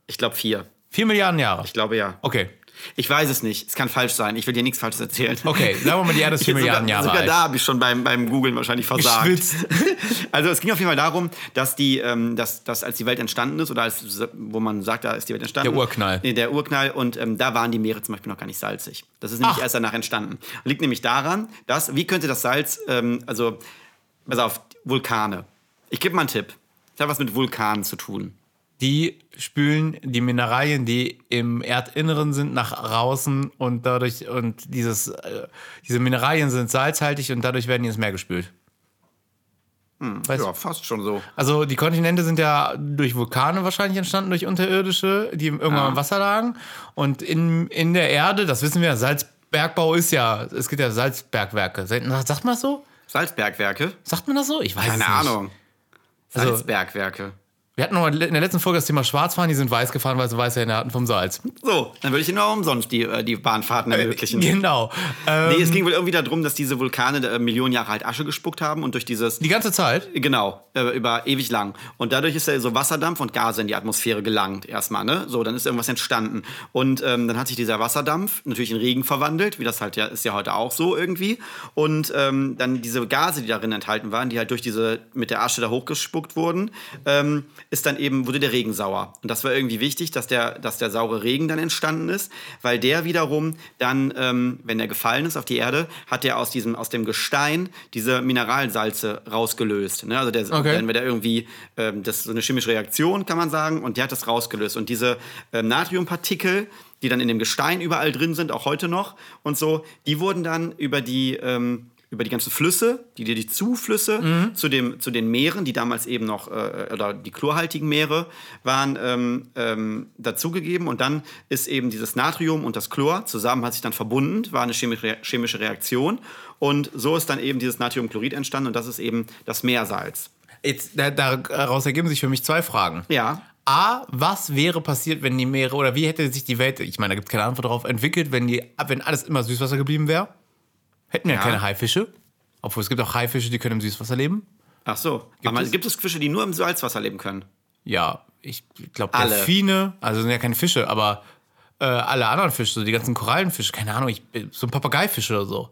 Speaker 2: ich glaube vier.
Speaker 1: 4 Milliarden Jahre.
Speaker 2: Ich glaube ja.
Speaker 1: Okay.
Speaker 2: Ich weiß es nicht. Es kann falsch sein. Ich will dir nichts Falsches erzählen.
Speaker 1: Okay, sagen wir mal, die Erde ist 4 Milliarden
Speaker 2: sogar,
Speaker 1: Jahre
Speaker 2: Sogar
Speaker 1: alt.
Speaker 2: da habe ich schon beim, beim Googlen wahrscheinlich versagt.
Speaker 1: Geschwitzt.
Speaker 2: Also es ging auf jeden Fall darum, dass die, ähm, dass, dass als die Welt entstanden ist, oder als, wo man sagt, da ist die Welt entstanden.
Speaker 1: Der Urknall.
Speaker 2: Nee, der Urknall. Und ähm, da waren die Meere zum Beispiel noch gar nicht salzig. Das ist nämlich
Speaker 1: Ach.
Speaker 2: erst danach entstanden. Liegt nämlich daran, dass, wie könnte das Salz, ähm, also, pass auf, Vulkane. Ich gebe mal einen Tipp. Das hat was mit Vulkanen zu tun.
Speaker 1: Die spülen die Mineralien, die im Erdinneren sind, nach außen und dadurch, und dieses, äh, diese Mineralien sind salzhaltig und dadurch werden die ins Meer gespült. Weißt
Speaker 2: Ja, fast schon so.
Speaker 1: Also die Kontinente sind ja durch Vulkane wahrscheinlich entstanden, durch unterirdische, die irgendwann im Wasser lagen. Und in, in der Erde, das wissen wir, Salzbergbau ist ja, es gibt ja Salzbergwerke. Sagt sagt man das so?
Speaker 2: Salzbergwerke?
Speaker 1: Sagt man das so? Ich weiß es
Speaker 2: Keine
Speaker 1: nicht.
Speaker 2: Ahnung.
Speaker 1: Also-
Speaker 2: Salzbergwerke.
Speaker 1: Wir hatten noch in der letzten Folge das Thema Schwarzfahren, die sind weiß gefahren, weil sie weiße Hände hatten vom Salz.
Speaker 2: So, dann würde ich Ihnen auch umsonst die, äh, die Bahnfahrten ermöglichen.
Speaker 1: Genau. Ähm,
Speaker 2: Nee, es ging wohl irgendwie darum, dass diese Vulkane äh, Millionen Jahre halt Asche gespuckt haben und durch dieses.
Speaker 1: die ganze Zeit.
Speaker 2: Genau, äh, über ewig lang. Und dadurch ist ja so Wasserdampf und Gase in die Atmosphäre gelangt erstmal, ne? So, dann ist irgendwas entstanden. Und ähm, dann hat sich dieser Wasserdampf natürlich in Regen verwandelt, wie das halt ja ist ja heute auch so irgendwie. Und ähm, dann diese Gase, die darin enthalten waren, die halt durch diese, mit der Asche da hochgespuckt wurden, ähm, ist dann eben, wurde der Regen sauer. Und das war irgendwie wichtig, dass der, dass der saure Regen dann entstanden ist, weil der wiederum dann, ähm, wenn er gefallen ist auf die Erde, hat der aus, diesem, aus dem Gestein diese Mineralsalze rausgelöst. Ne? Also der,
Speaker 1: Okay.
Speaker 2: wenn wir da irgendwie, ähm, das ist so eine chemische Reaktion, kann man sagen, und der hat das rausgelöst. Und diese ähm, Natriumpartikel, die dann in dem Gestein überall drin sind, auch heute noch und so, die wurden dann über die, ähm, über die ganzen Flüsse, die, die Zuflüsse zu, dem, zu den Meeren, die damals eben noch, äh, oder die chlorhaltigen Meere, waren ähm, ähm, dazugegeben. Und dann ist eben dieses Natrium und das Chlor zusammen hat sich dann verbunden, war eine chemische, chemische Reaktion. Und so ist dann eben dieses Natriumchlorid entstanden und das ist eben das Meersalz.
Speaker 1: Jetzt, da, daraus ergeben sich für mich zwei Fragen.
Speaker 2: Ja.
Speaker 1: A, was wäre passiert, wenn die Meere oder wie hätte sich die Welt, ich meine, da gibt es keine Antwort darauf, entwickelt, wenn, die, wenn alles immer Süßwasser geblieben wäre? Hätten wir
Speaker 2: Ja.
Speaker 1: keine Haifische. Obwohl es gibt auch Haifische, die können im Süßwasser leben.
Speaker 2: Ach so. Aber
Speaker 1: es-
Speaker 2: gibt es Fische, die nur im Salzwasser leben können?
Speaker 1: Ja, ich glaube,
Speaker 2: Alle.
Speaker 1: Delfine, also sind ja keine Fische, aber äh, alle anderen Fische, so die ganzen Korallenfische, keine Ahnung, ich, so ein Papageifisch oder so.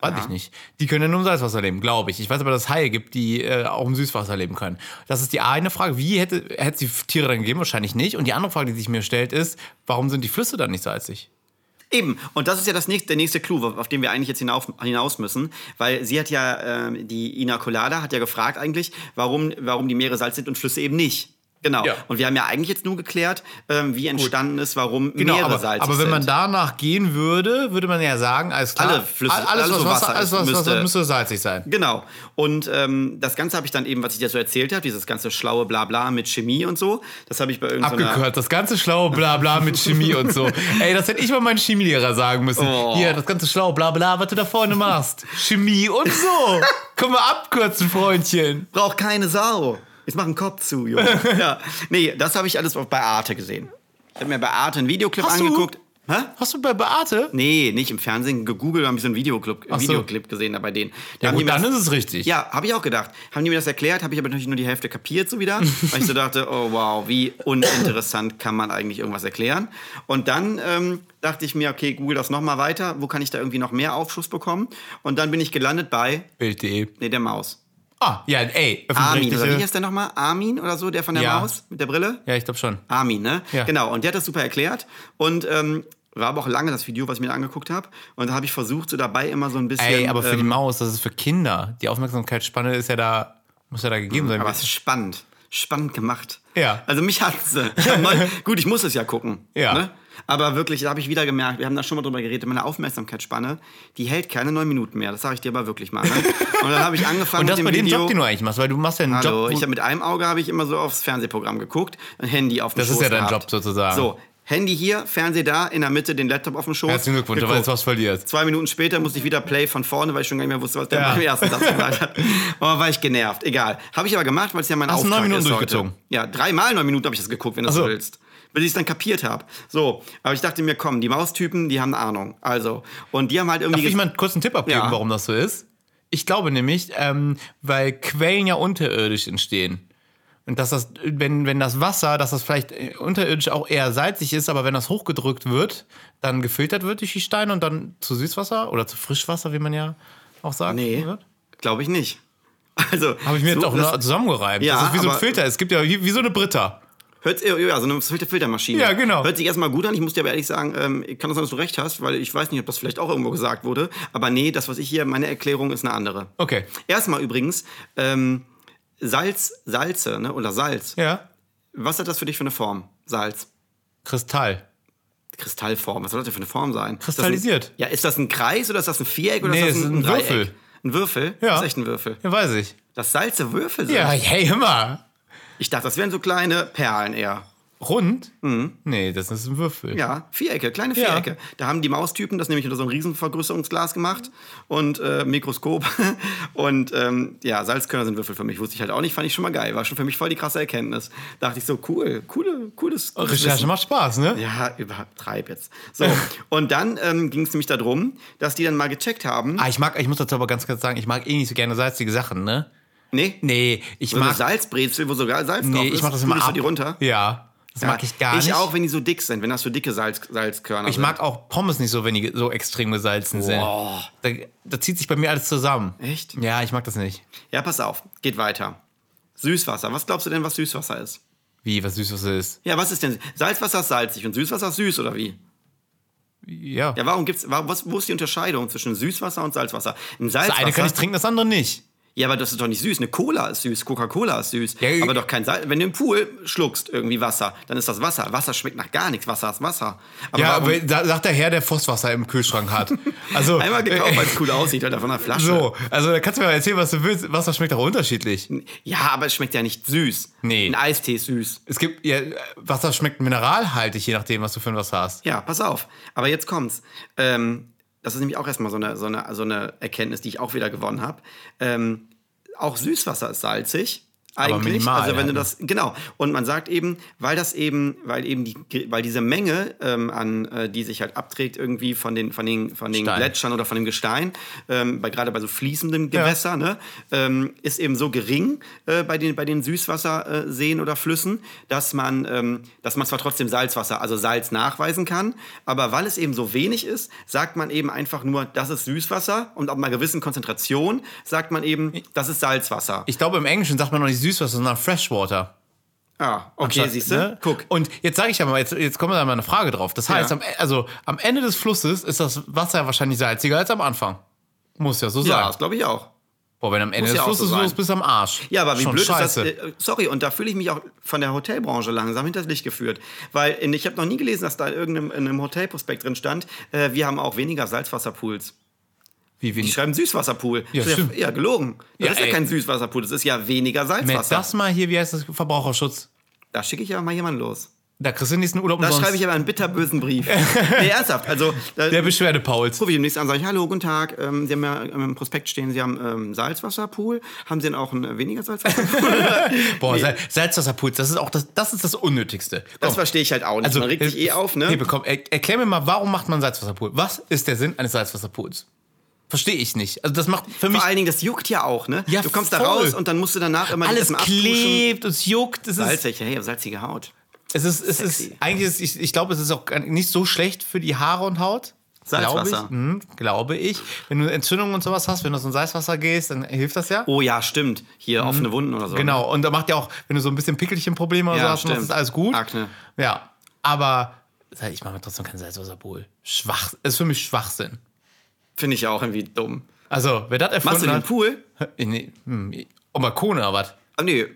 Speaker 1: Weiß ich nicht. Die können ja nur im Salzwasser leben, glaube ich. Ich weiß aber, dass es Haie gibt, die äh, auch im Süßwasser leben können. Das ist die eine Frage. Wie hätte, hätte es die Tiere dann gegeben? Wahrscheinlich nicht. Und die andere Frage, die sich mir stellt, ist, warum sind die Flüsse dann nicht salzig?
Speaker 2: Eben, und das ist ja das nächste, der nächste Clou, auf den wir eigentlich jetzt hinauf, hinaus müssen, weil sie hat ja, ähm, die Ina Colada hat ja gefragt eigentlich, warum, warum die Meere Salz sind und Flüsse eben nicht. Genau.
Speaker 1: Ja.
Speaker 2: Und wir haben ja eigentlich jetzt nur geklärt, ähm, wie entstanden ist, warum Meere
Speaker 1: Genau, aber,
Speaker 2: salzig
Speaker 1: aber wenn man
Speaker 2: sind.
Speaker 1: danach gehen würde, würde man ja sagen, alles klar,
Speaker 2: Alle Flüsse-
Speaker 1: alles, alles,
Speaker 2: alles,
Speaker 1: was
Speaker 2: wo
Speaker 1: Wasser,
Speaker 2: Wasser
Speaker 1: alles,
Speaker 2: ist,
Speaker 1: was Wasser
Speaker 2: müsste-
Speaker 1: müsste salzig sein.
Speaker 2: Genau. Und ähm, das Ganze habe ich dann eben, was ich dir so erzählt habe, dieses ganze schlaue Blabla mit Chemie und so, das habe ich bei irgendeiner...
Speaker 1: Abgekürzt, das ganze schlaue Blabla mit Chemie und
Speaker 2: (laughs)
Speaker 1: so. Ey, das hätte ich mal meinen Chemielehrer sagen müssen.
Speaker 2: Oh.
Speaker 1: Hier, das ganze schlaue Blabla, was du da vorne machst. Chemie und
Speaker 2: (laughs)
Speaker 1: so. Können wir abkürzen, Freundchen.
Speaker 2: Braucht keine Sau. Jetzt mach einen Kopf
Speaker 1: (laughs)
Speaker 2: zu, Junge. ja. Nee, das habe ich alles auf- bei Arte gesehen. Ich habe mir bei Arte einen Videoclip
Speaker 1: Hast du-
Speaker 2: angeguckt. Hä?
Speaker 1: Hast du bei Beate?
Speaker 2: Nee, nicht im Fernsehen gegoogelt, haben ich so einen Videoclip,
Speaker 1: so.
Speaker 2: Videoclip gesehen da bei denen. Da
Speaker 1: Ja,
Speaker 2: haben die
Speaker 1: gut,
Speaker 2: mir
Speaker 1: dann
Speaker 2: das-
Speaker 1: ist es richtig.
Speaker 2: ja, habe ich auch gedacht. Haben die mir das erklärt, habe ich aber natürlich nur die Hälfte kapiert so
Speaker 1: (laughs)
Speaker 2: wieder, weil ich so dachte, oh wow, wie uninteressant kann man eigentlich irgendwas erklären. Und dann ähm, dachte ich mir, okay, google das nochmal weiter, wo kann ich da irgendwie noch mehr Aufschluss bekommen? Und dann bin ich gelandet bei,
Speaker 1: Bild.de.
Speaker 2: nee, der Maus.
Speaker 1: Ah, ja, ey,
Speaker 2: Armin, oder wie
Speaker 1: öffentlich-rechtliche.
Speaker 2: heißt der nochmal? Armin oder so, der von der
Speaker 1: Ja.
Speaker 2: Maus mit der Brille?
Speaker 1: Ja, ich glaube schon.
Speaker 2: Armin, ne?
Speaker 1: Ja.
Speaker 2: Genau, und der hat das super erklärt. Und ähm, war aber auch lange das Video, was ich mir angeguckt habe. Und da habe ich versucht, so dabei immer so ein bisschen.
Speaker 1: Ey, aber für die
Speaker 2: ähm,
Speaker 1: Maus, das ist für Kinder. Die Aufmerksamkeitsspanne ist ja da, muss ja da gegeben sein.
Speaker 2: Hm, aber es ist spannend. Spannend gemacht.
Speaker 1: Ja.
Speaker 2: Also mich hat's. äh, (laughs) ich hab neu- Gut, ich muss es ja gucken. ne?
Speaker 1: Ja.
Speaker 2: Aber wirklich, da habe ich wieder gemerkt, wir haben da schon mal drüber geredet, meine Aufmerksamkeitsspanne, die hält keine neun Minuten mehr. Das sage ich dir aber wirklich mal.
Speaker 1: (laughs)
Speaker 2: Ne? Und dann habe ich angefangen
Speaker 1: Und das
Speaker 2: mit dem
Speaker 1: bei dem
Speaker 2: Video.
Speaker 1: Job, den du eigentlich machst, weil du machst ja einen
Speaker 2: Hallo,
Speaker 1: Job. wo-
Speaker 2: ich habe mit einem Auge habe ich immer so aufs Fernsehprogramm geguckt, ein Handy auf dem
Speaker 1: Das
Speaker 2: Schoß
Speaker 1: ist ja dein
Speaker 2: gehabt.
Speaker 1: Job sozusagen.
Speaker 2: So, Handy hier, Fernseher da, in der Mitte den Laptop auf dem Schoß.
Speaker 1: Herzlichen Glückwunsch, aber jetzt
Speaker 2: geguckt.
Speaker 1: was verlierst.
Speaker 2: Zwei Minuten später musste ich wieder Play von vorne, weil ich schon gar nicht mehr wusste, was der
Speaker 1: Ja.
Speaker 2: beim ersten Satz
Speaker 1: (laughs)
Speaker 2: gesagt hat. Aber war ich genervt. Egal. Habe ich aber gemacht, weil es ja mein
Speaker 1: Hast du
Speaker 2: Auftrag
Speaker 1: neun Minuten
Speaker 2: ist
Speaker 1: durchgezogen?
Speaker 2: Heute. Ja, dreimal neun Minuten habe ich das geguckt, wenn du
Speaker 1: Ach so.
Speaker 2: so willst. Bis ich es dann kapiert habe. So, aber ich dachte mir, komm, die Maustypen, die haben eine Ahnung. Also, und die haben halt irgendwie...
Speaker 1: Darf ich
Speaker 2: ges-
Speaker 1: mal einen kurzen Tipp abgeben,
Speaker 2: Ja.
Speaker 1: warum das so ist? Ich glaube nämlich, ähm, weil Quellen ja unterirdisch entstehen. Und dass das, wenn, wenn das Wasser, dass das vielleicht äh, unterirdisch auch eher salzig ist, aber wenn das hochgedrückt wird, dann gefiltert wird durch die Steine und dann zu Süßwasser oder zu Frischwasser, wie man ja auch sagt.
Speaker 2: nee,
Speaker 1: wird.
Speaker 2: glaube ich nicht. Also,
Speaker 1: Habe ich mir jetzt
Speaker 2: so-
Speaker 1: auch
Speaker 2: das-
Speaker 1: noch zusammengereimt.
Speaker 2: Ja,
Speaker 1: das ist wie so ein
Speaker 2: aber-
Speaker 1: Filter. Es gibt ja wie, wie so eine Britta.
Speaker 2: Hört, ja, so eine Filter Filtermaschine.
Speaker 1: Ja, genau.
Speaker 2: Hört sich erstmal gut an. Ich muss dir aber ehrlich sagen, ähm, kann das sein, dass du recht hast, weil ich weiß nicht, ob das vielleicht auch irgendwo gesagt wurde. Aber nee, das, was ich hier, meine Erklärung ist eine andere.
Speaker 1: Okay.
Speaker 2: Erstmal übrigens, ähm, Salz, Salze, ne? Oder Salz.
Speaker 1: Ja.
Speaker 2: Was hat das für dich für eine Form? Salz.
Speaker 1: Kristall.
Speaker 2: Kristallform. Was soll das denn für eine Form sein? Ist das ein-
Speaker 1: Kristallisiert.
Speaker 2: Ja, ist das ein Kreis oder ist das ein Viereck oder
Speaker 1: Nee,
Speaker 2: ist das
Speaker 1: es
Speaker 2: ein,
Speaker 1: ist ein
Speaker 2: Dreieck?
Speaker 1: Würfel.
Speaker 2: Ein Würfel?
Speaker 1: Ja.
Speaker 2: Das ist echt ein Würfel.
Speaker 1: Ja, weiß ich.
Speaker 2: Das Salze Würfel sind.
Speaker 1: Ja, hey, immer.
Speaker 2: Ich dachte, das wären so kleine Perlen eher.
Speaker 1: Rund? Nee, das ist ein Würfel.
Speaker 2: Mhm. Ja, Vierecke, kleine
Speaker 1: Ja.
Speaker 2: Vierecke. Da haben die Maustypen das nämlich unter so ein Riesenvergrößerungsglas gemacht und äh, Mikroskop. (laughs) Und ähm, ja, Salzkörner sind Würfel für mich. Wusste ich halt auch nicht, fand ich schon mal geil. War schon für mich voll die krasse Erkenntnis. Dachte ich so, cool, coole, cooles. cooles
Speaker 1: Recherche
Speaker 2: Wissen.
Speaker 1: macht Spaß, ne?
Speaker 2: Ja, übertreib jetzt. So, (laughs) und dann ähm, ging es nämlich darum, dass die dann mal gecheckt haben.
Speaker 1: Ah, ich mag, ich muss dazu aber ganz kurz sagen, ich mag eh nicht so gerne salzige Sachen, ne?
Speaker 2: Nee,
Speaker 1: Nee, ich
Speaker 2: so eine
Speaker 1: mag.
Speaker 2: Salzbrezel, wo sogar Salz drauf
Speaker 1: nee,
Speaker 2: ist.
Speaker 1: ich mach das
Speaker 2: Du
Speaker 1: immer
Speaker 2: rührst
Speaker 1: ab.
Speaker 2: die runter.
Speaker 1: Ja, das mag ich gar nicht.
Speaker 2: Ich auch, wenn die so dick sind, wenn das so dicke Salz, Salzkörner
Speaker 1: Ich
Speaker 2: sind.
Speaker 1: mag auch Pommes nicht so, wenn die so extrem gesalzen sind.
Speaker 2: Boah.
Speaker 1: Da, da zieht sich bei mir alles zusammen.
Speaker 2: Echt?
Speaker 1: Ja, ich mag das nicht.
Speaker 2: Ja, pass auf, geht weiter. Süßwasser. Was glaubst du denn, was Süßwasser ist?
Speaker 1: Wie, was Süßes ist.
Speaker 2: Ja, was ist denn? Salzwasser ist salzig und Süßwasser ist süß, oder wie?
Speaker 1: Ja.
Speaker 2: Ja, warum gibt's, warum, was, wo ist die Unterscheidung zwischen Süßwasser und Salzwasser? Ein
Speaker 1: das
Speaker 2: Salzwasser.
Speaker 1: eine kann ich trinken, das andere nicht.
Speaker 2: Ja, aber das ist doch nicht süß. Eine Cola ist süß, Coca-Cola ist süß.
Speaker 1: Ja,
Speaker 2: aber doch kein Salz. Wenn du im Pool schluckst irgendwie Wasser, dann ist das Wasser. Wasser schmeckt nach gar nichts. Wasser ist Wasser. Aber
Speaker 1: Ja,
Speaker 2: warum-
Speaker 1: aber da- sagt der Herr, der Fosswasser im Kühlschrank (laughs) hat. Also,
Speaker 2: einmal gekauft, weil es cool aussieht, oder von einer
Speaker 1: (laughs)
Speaker 2: Flasche.
Speaker 1: so, also da kannst du mir mal erzählen, was du willst. Wasser schmeckt auch unterschiedlich.
Speaker 2: Ja, aber es schmeckt ja nicht süß.
Speaker 1: Nee.
Speaker 2: Ein Eistee ist süß.
Speaker 1: Es gibt, ja, Wasser schmeckt mineralhaltig, je nachdem, was du für ein Wasser hast.
Speaker 2: Ja, pass auf. Aber jetzt kommt's. Ähm, das ist nämlich auch erstmal so eine, so, eine, so eine Erkenntnis, die ich auch wieder gewonnen habe. Ähm, auch Süßwasser ist salzig. Eigentlich.
Speaker 1: minimal,
Speaker 2: also wenn
Speaker 1: ja,
Speaker 2: du
Speaker 1: ne?
Speaker 2: das genau und man sagt eben, weil das eben, weil eben die, weil diese Menge ähm, an, äh, die sich halt abträgt irgendwie von den von den von den
Speaker 1: Stein.
Speaker 2: Gletschern oder von dem Gestein, ähm, bei, gerade bei so fließendem Gewässer, ne, ähm, ist eben so gering äh, bei den bei den Süßwasserseen äh, oder Flüssen, dass man ähm, dass man zwar trotzdem Salzwasser, also Salz nachweisen kann, aber weil es eben so wenig ist, sagt man eben einfach nur, das ist Süßwasser und ab einer gewissen Konzentration sagt man eben, das ist Salzwasser.
Speaker 1: Ich glaube, im Englischen sagt man noch nicht Süßwasser, sondern Freshwater.
Speaker 2: Ah, okay,
Speaker 1: Anstatt-
Speaker 2: siehst du?
Speaker 1: ne?
Speaker 2: Guck.
Speaker 1: Und jetzt sage ich ja mal, jetzt, jetzt kommt da mal eine Frage drauf. Das heißt,
Speaker 2: Ja.
Speaker 1: am, E- also, am Ende des Flusses ist das Wasser wahrscheinlich salziger als am Anfang. Muss ja so
Speaker 2: Ja, das
Speaker 1: sein.
Speaker 2: glaube ich auch.
Speaker 1: Boah, wenn am Ende des
Speaker 2: ja auch so
Speaker 1: Flusses
Speaker 2: sein.
Speaker 1: los bist, am Arsch.
Speaker 2: Ja, aber wie
Speaker 1: Schon
Speaker 2: blöd
Speaker 1: scheiße.
Speaker 2: ist das? äh, Sorry, und da fühle ich mich auch von der Hotelbranche langsam hinters Licht geführt. Weil in, ich habe noch nie gelesen, dass da in irgendeinem in einem Hotelprospekt drin stand, äh, wir haben auch weniger Salzwasserpools.
Speaker 1: Wie
Speaker 2: Die
Speaker 1: wenig.
Speaker 2: schreiben Süßwasserpool.
Speaker 1: Ja,
Speaker 2: Das ist
Speaker 1: stimmt.
Speaker 2: ja gelogen. Das
Speaker 1: Ja,
Speaker 2: ist ja
Speaker 1: ey.
Speaker 2: kein Süßwasserpool, das ist ja weniger
Speaker 1: Meld
Speaker 2: Salzwasser.
Speaker 1: das mal hier, wie heißt das? Verbraucherschutz.
Speaker 2: Da schicke ich ja mal jemanden los.
Speaker 1: Da kriegst du den nächsten Urlaub
Speaker 2: Da
Speaker 1: umsonst.
Speaker 2: schreibe ich aber einen
Speaker 1: (laughs)
Speaker 2: bitterbösen Brief. nee, ernsthaft. Also, da,
Speaker 1: der Beschwerdepauls.
Speaker 2: rufe ich demnächst an, sage ich, hallo, guten Tag, ähm, Sie haben ja im Prospekt stehen, Sie haben ähm, Salzwasserpool. Haben Sie denn auch einen äh, weniger Salzwasserpool?
Speaker 1: (laughs) Boah, Sal- Salzwasserpools, das ist auch das, das, ist das Unnötigste.
Speaker 2: Das
Speaker 1: Komm.
Speaker 2: verstehe ich halt auch
Speaker 1: Also,
Speaker 2: nicht. man regt sich
Speaker 1: äh,
Speaker 2: eh auf, ne?
Speaker 1: Hebe, komm, er, erklär mir mal, warum macht man Salzwasserpool? Was ist der Sinn eines Salzwasserpools? Verstehe ich nicht. Also das macht für mich
Speaker 2: Vor allen Dingen, das juckt ja auch, ne?
Speaker 1: Ja,
Speaker 2: du kommst da
Speaker 1: voll.
Speaker 2: raus und dann musst du danach immer
Speaker 1: alles
Speaker 2: erstmal abduschen.
Speaker 1: klebt, es juckt, es ist,
Speaker 2: Salzig, hey, ich hab salzige Haut.
Speaker 1: es ist, es ist
Speaker 2: Sexy.
Speaker 1: eigentlich ist, ich, ich glaube, es ist auch gar nicht so schlecht für die Haare und Haut.
Speaker 2: Salzwasser.
Speaker 1: Glaube ich, hm, glaube ich. Wenn du Entzündungen und sowas hast, wenn du so ein Salzwasser gehst, dann hilft das ja.
Speaker 2: Oh ja, stimmt. Hier offene Wunden oder so.
Speaker 1: Mhm. Genau. Und da macht ja auch, wenn du so ein bisschen pickelchen Probleme oder
Speaker 2: Ja,
Speaker 1: so hast, macht das
Speaker 2: stimmt.
Speaker 1: alles gut.
Speaker 2: Akne.
Speaker 1: Ja. Aber ich mache mir trotzdem kein Salzwasserpool. Schwach, ist für mich Schwachsinn.
Speaker 2: Finde ich auch irgendwie dumm.
Speaker 1: Also, wer das
Speaker 2: Machst
Speaker 1: erfunden
Speaker 2: du den
Speaker 1: hat.
Speaker 2: Pool?
Speaker 1: Nee, hm, um Balkone oder was?
Speaker 2: Ah, nee,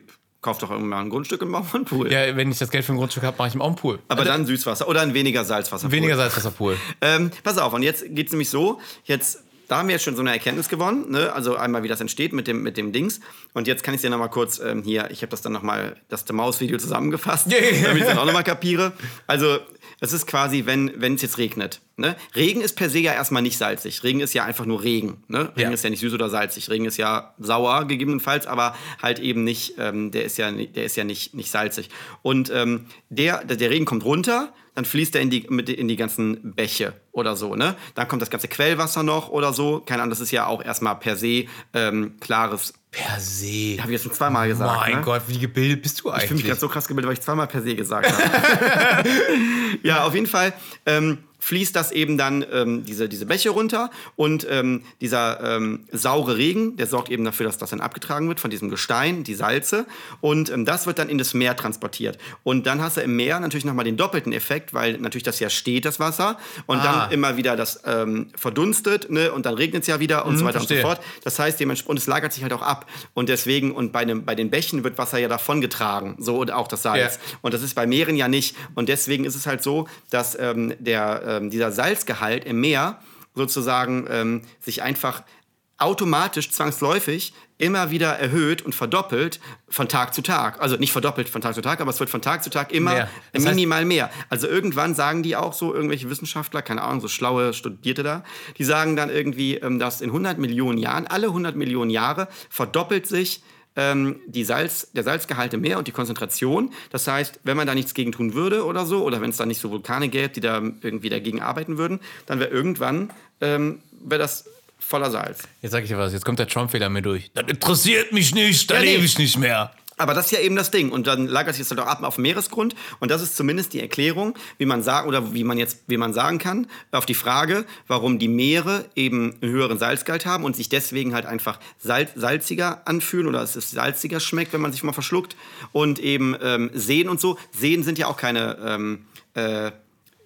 Speaker 2: kauf doch irgendwann ein Grundstück und mach mal einen Pool.
Speaker 1: Ja, wenn ich das Geld für ein Grundstück habe, mache ich mir auch einen Pool.
Speaker 2: Aber dann Süßwasser oder ein weniger Salzwasser.
Speaker 1: Weniger Salzwasserpool.
Speaker 2: Ähm, pass auf, und jetzt geht es nämlich so, jetzt, da haben wir jetzt schon so eine Erkenntnis gewonnen, ne? also einmal, wie das entsteht mit dem, mit dem Dings. Und jetzt kann ich dir nochmal kurz ähm, hier, ich habe das dann nochmal, das The Maus-Video zusammengefasst, damit ich dann auch nochmal kapiere. Also, es ist quasi, wenn wenn es jetzt regnet. Ne? Regen ist per se ja erstmal nicht salzig. Regen ist ja einfach nur Regen. Ne? Regen
Speaker 1: Ja.
Speaker 2: ist ja nicht süß oder salzig. Regen ist ja sauer gegebenenfalls, aber halt eben nicht, ähm, der ist ja, ni- der ist ja nicht, nicht salzig. Und ähm, der, der, der Regen kommt runter, dann fließt er in die, mit, in die ganzen Bäche oder so. Ne? Dann kommt das ganze Quellwasser noch oder so. Keine Ahnung, das ist ja auch erstmal per se ähm, klares.
Speaker 1: Per se.
Speaker 2: Habe ich jetzt schon zweimal gesagt.
Speaker 1: Mein
Speaker 2: ne?
Speaker 1: Gott, wie gebildet bist du
Speaker 2: Ich fühle mich
Speaker 1: eigentlich?
Speaker 2: gerade so krass gebildet, weil ich zweimal per se gesagt habe.
Speaker 1: (laughs)
Speaker 2: ja, auf jeden Fall ähm, fließt das eben dann ähm, diese, diese Bäche runter und ähm, dieser ähm, saure Regen, der sorgt eben dafür, dass das dann abgetragen wird von diesem Gestein, die Salze und ähm, das wird dann in das Meer transportiert. Und dann hast du im Meer natürlich nochmal den doppelten Effekt, weil natürlich das ja steht, das Wasser und
Speaker 1: Ah.
Speaker 2: dann immer wieder das ähm, verdunstet ne? und dann regnet es ja wieder und so weiter
Speaker 1: Mhm, verstehe.
Speaker 2: und so fort. Das heißt, dementsprechend, und es lagert sich halt auch ab. Und deswegen, und bei, einem, bei den Bächen wird Wasser ja davongetragen, so und auch das Salz.
Speaker 1: Ja.
Speaker 2: Und das ist bei Meeren ja nicht. Und deswegen ist es halt so, dass ähm, der, ähm, dieser Salzgehalt im Meer sozusagen ähm, sich einfach automatisch zwangsläufig immer wieder erhöht und verdoppelt von Tag zu Tag. Also nicht verdoppelt von Tag zu Tag, aber es wird von Tag zu Tag immer
Speaker 1: Mehr. Das heißt,
Speaker 2: minimal mehr. Also irgendwann sagen die auch so, irgendwelche Wissenschaftler, keine Ahnung, so schlaue Studierte da, die sagen dann irgendwie, ähm, dass in 100 Millionen Jahren, alle 100 Millionen Jahre verdoppelt sich ähm, die Salz, der Salzgehalt im Meer und die Konzentration. Das heißt, wenn man da nichts gegen tun würde oder so, oder wenn es da nicht so Vulkane gäbe, die da irgendwie dagegen arbeiten würden, dann wäre irgendwann, ähm, wäre das voller Salz.
Speaker 1: Jetzt sag ich dir was, jetzt kommt der Trump-Fehler mir durch. Das interessiert mich nicht, da
Speaker 2: Ja, nee.
Speaker 1: lebe ich nicht mehr.
Speaker 2: Aber das ist ja eben das Ding. Und dann lagert sich das halt auch ab auf dem Meeresgrund. Und das ist zumindest die Erklärung, wie man sagen, oder wie man jetzt, wie man sagen kann, auf die Frage, warum die Meere eben einen höheren Salzgehalt haben und sich deswegen halt einfach sal salziger anfühlen oder es ist salziger schmeckt, wenn man sich mal verschluckt. Und eben ähm, Seen und so. Seen sind ja auch keine, ähm, äh,